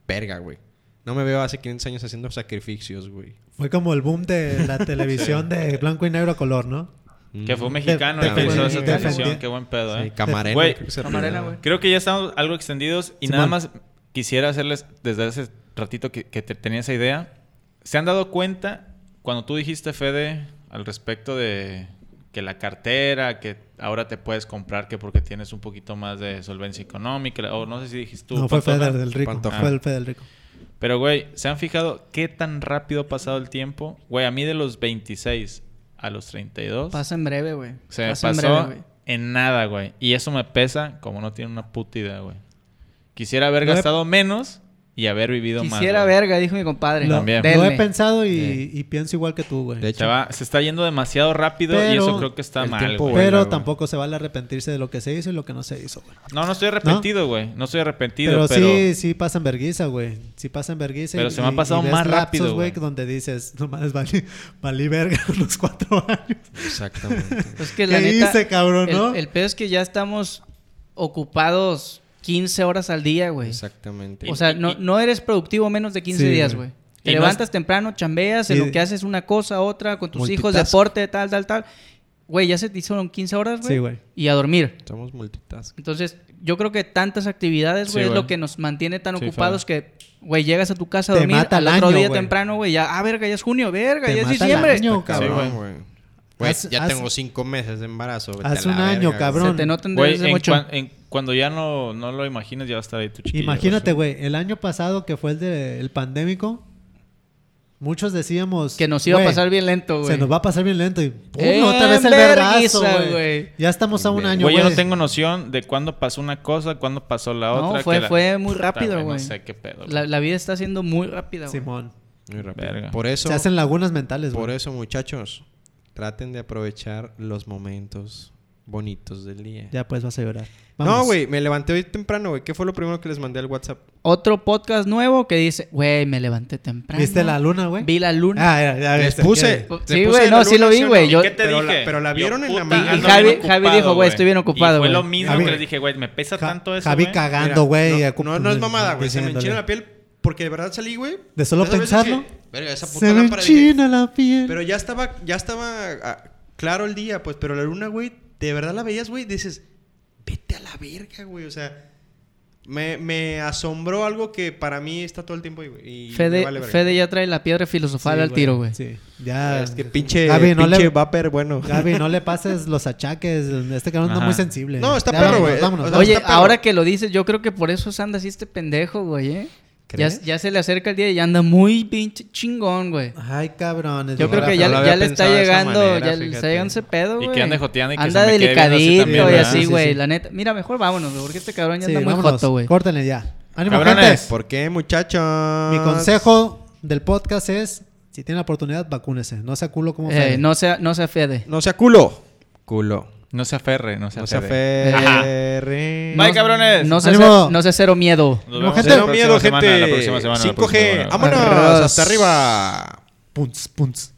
Verga, güey. No me veo hace 500 años haciendo sacrificios, güey. Fue como el boom de la televisión de blanco y negro a color, ¿no? Que Mm. fue un México. mexicano el que defendí- hizo esa defendí- televisión. Qué buen pedo, ¿eh? Mm. Camarena. Güey, creo que se Camarena, apellidaba. güey. Creo que ya estamos algo extendidos y nada Simón. más quisiera hacerles desde hace ratito que, que te- tenía esa idea. ¿Se han dado cuenta cuando tú dijiste, Fede, al respecto de que la cartera, que ahora te puedes comprar que porque tienes un poquito más de solvencia económica, o no sé si dijiste tú. no, fue Pantoja. Feder del Rico. Pantoja. Fue el Feder del Rico. Pero, güey, ¿se han fijado qué tan rápido ha pasado el tiempo? Güey, a mí de los 26 a los 32... Pasa en breve, güey. Se me Pasa en pasó breve, güey. en nada, güey. Y eso me pesa como no tiene una puta idea, güey. Quisiera haber No he- gastado menos y haber vivido más. Quisiera güey. verga, dijo mi compadre. Lo- También. Denle. Lo he pensado y, Sí. y pienso igual que tú, güey. De hecho, Se, va- se está yendo demasiado rápido y Pero eso creo que está el mal, tiempo, pues, güey. güey. Pero Bueno, tampoco se vale arrepentirse de lo que se hizo y lo que no se hizo, güey. No, no estoy arrepentido, güey. ¿No? estoy arrepentido, Pero, pero... sí, sí pasa en vergüenza, güey. Sí pasa en vergüenza. Pero y- se me ha y- pasado y ves más lapsos, rápido, güey. güey. Donde dices, no mames, valí, valí verga los cuatro años. exactamente. Pues que ¿Qué la neta, hice, cabrón, el, no? el pedo es que ya estamos ocupados 15 horas al día, güey. exactamente. O sea, no, no eres productivo menos de 15 Sí, días, güey. güey. Te Y no levantas temprano, chambeas, en Y- lo que haces una cosa, otra, con tus hijos, Multitask. deporte, tal, tal, tal. Güey, ya se te hicieron 15 horas, güey. Sí, güey. Y a dormir. Somos multitask. Entonces, yo creo que tantas actividades, Sí, güey, es güey. lo que nos mantiene tan Sí, ocupados que, güey, llegas a tu casa a Te dormir. mata al el otro año, día güey. temprano, güey, ya, ah, verga, ya es junio, verga, Te ya es mata el diciembre. año, Cabrón, Sí, güey. Güey, Haz- ya haz- tengo cinco meses de embarazo, güey. Haz Te la un año, verga, cabrón. Se te notan Güey, desde en mucho. cuan- en- cuando ya no, no lo imaginas, ya va a estar ahí tu chiquillo. Imagínate, güey, el año pasado que fue el del pandémico, muchos decíamos Que nos iba a "Güey, pasar bien lento, güey. Se nos va a pasar bien lento y ¡pum! Eh, otra vez el verguiza, vergazo, güey. güey. Ya estamos a un Güey, año, Güey, güey. yo no tengo noción de cuándo pasó una cosa, cuándo pasó la No, otra. fue- que la- fue muy Puta, rápido, No güey. sé qué pedo. güey. La, la vida está siendo muy rápida, güey. Simón. Muy rápido. Verga. Por eso, Se hacen lagunas mentales, por güey. eso, muchachos, traten de aprovechar los momentos bonitos del día. Ya pues vas a llorar. No, Vamos. güey, me levanté hoy temprano, güey. ¿Qué fue lo primero que les mandé al WhatsApp? Otro podcast nuevo que dice, güey, me levanté temprano. ¿Viste la luna, güey? Vi la luna. Ah, ya, ya Les viste. puse. ¿Qué? les Sí, puse güey, la no, sí luna, lo vi, güey. o Yo- no? ¿Qué te pero dije? La, pero la Yo, vieron en la puta, Y- y mañana. ando Javi- bien Javi ocupado, dijo, güey, estoy bien ocupado, Y fue güey. lo mismo Javi- que les dije, güey, me pesa Ja- tanto eso, Javi güey. cagando, Mira, güey. No, no, no es mamada, güey. Se me diciéndole. enchina la piel porque de verdad salí, güey. De solo esas veces pensarlo. que, Verga, esa puta Se me lámpara", dije, enchina la piel. Pero ya estaba, ya estaba ah, claro el día, pues, pero la luna, güey, de verdad la veías, güey, dices, vete a la verga, güey, o sea, me, me asombró algo que para mí está todo el tiempo ahí, güey. y me Fede, vale verga. Ah, Fede ya trae la piedra filosofal eh. Sí, al tiro, güey. Sí. Ya. Es que pinche, Gaby, no pinche le- vapor, bueno. Gaby, no le pases los achaques. Este cabrón está Ajá. muy sensible. No, está Ya, perro, vámonos, güey. vámonos, O sea, vámonos. Oye, está perro. ahora que lo dices, yo creo que por eso anda así este pendejo, güey, ¿eh? Ya, ¿Crees? ya se le acerca el día y anda muy pinche chingón, güey. Ah, Ay, cabrón. Yo No creo la- que no ya, la ya había le está pensado de esa llegando, manera, ya le está fíjate. llegando ese pedo, Y que güey. ande joteando y que Anda se me quede viendo así delicadito también, y ¿verdad? así, Sí, sí, güey. sí. La neta. Mira, mejor vámonos, güey, porque este cabrón ya Sí, anda muy vámonos. joto, güey. Córtenle ya. Ánimo, Cabrones. gente. ¿Por qué, muchachos? Mi consejo del podcast es: si tienen la oportunidad, vacúnese. No sea culo como Eh, Fede. no sea, no sea Fede. No sea culo. Culo. No se aferre, no se No sea aferre. ferre. Bye, cabrones. No sea, ¡Ánimo! ce- no sea cero miedo. Nos vemos gente. la No próxima miedo, semana, gente. la próxima semana, la próxima 5G. semana. Vámonos. Arras. Hasta arriba. Punts, punts.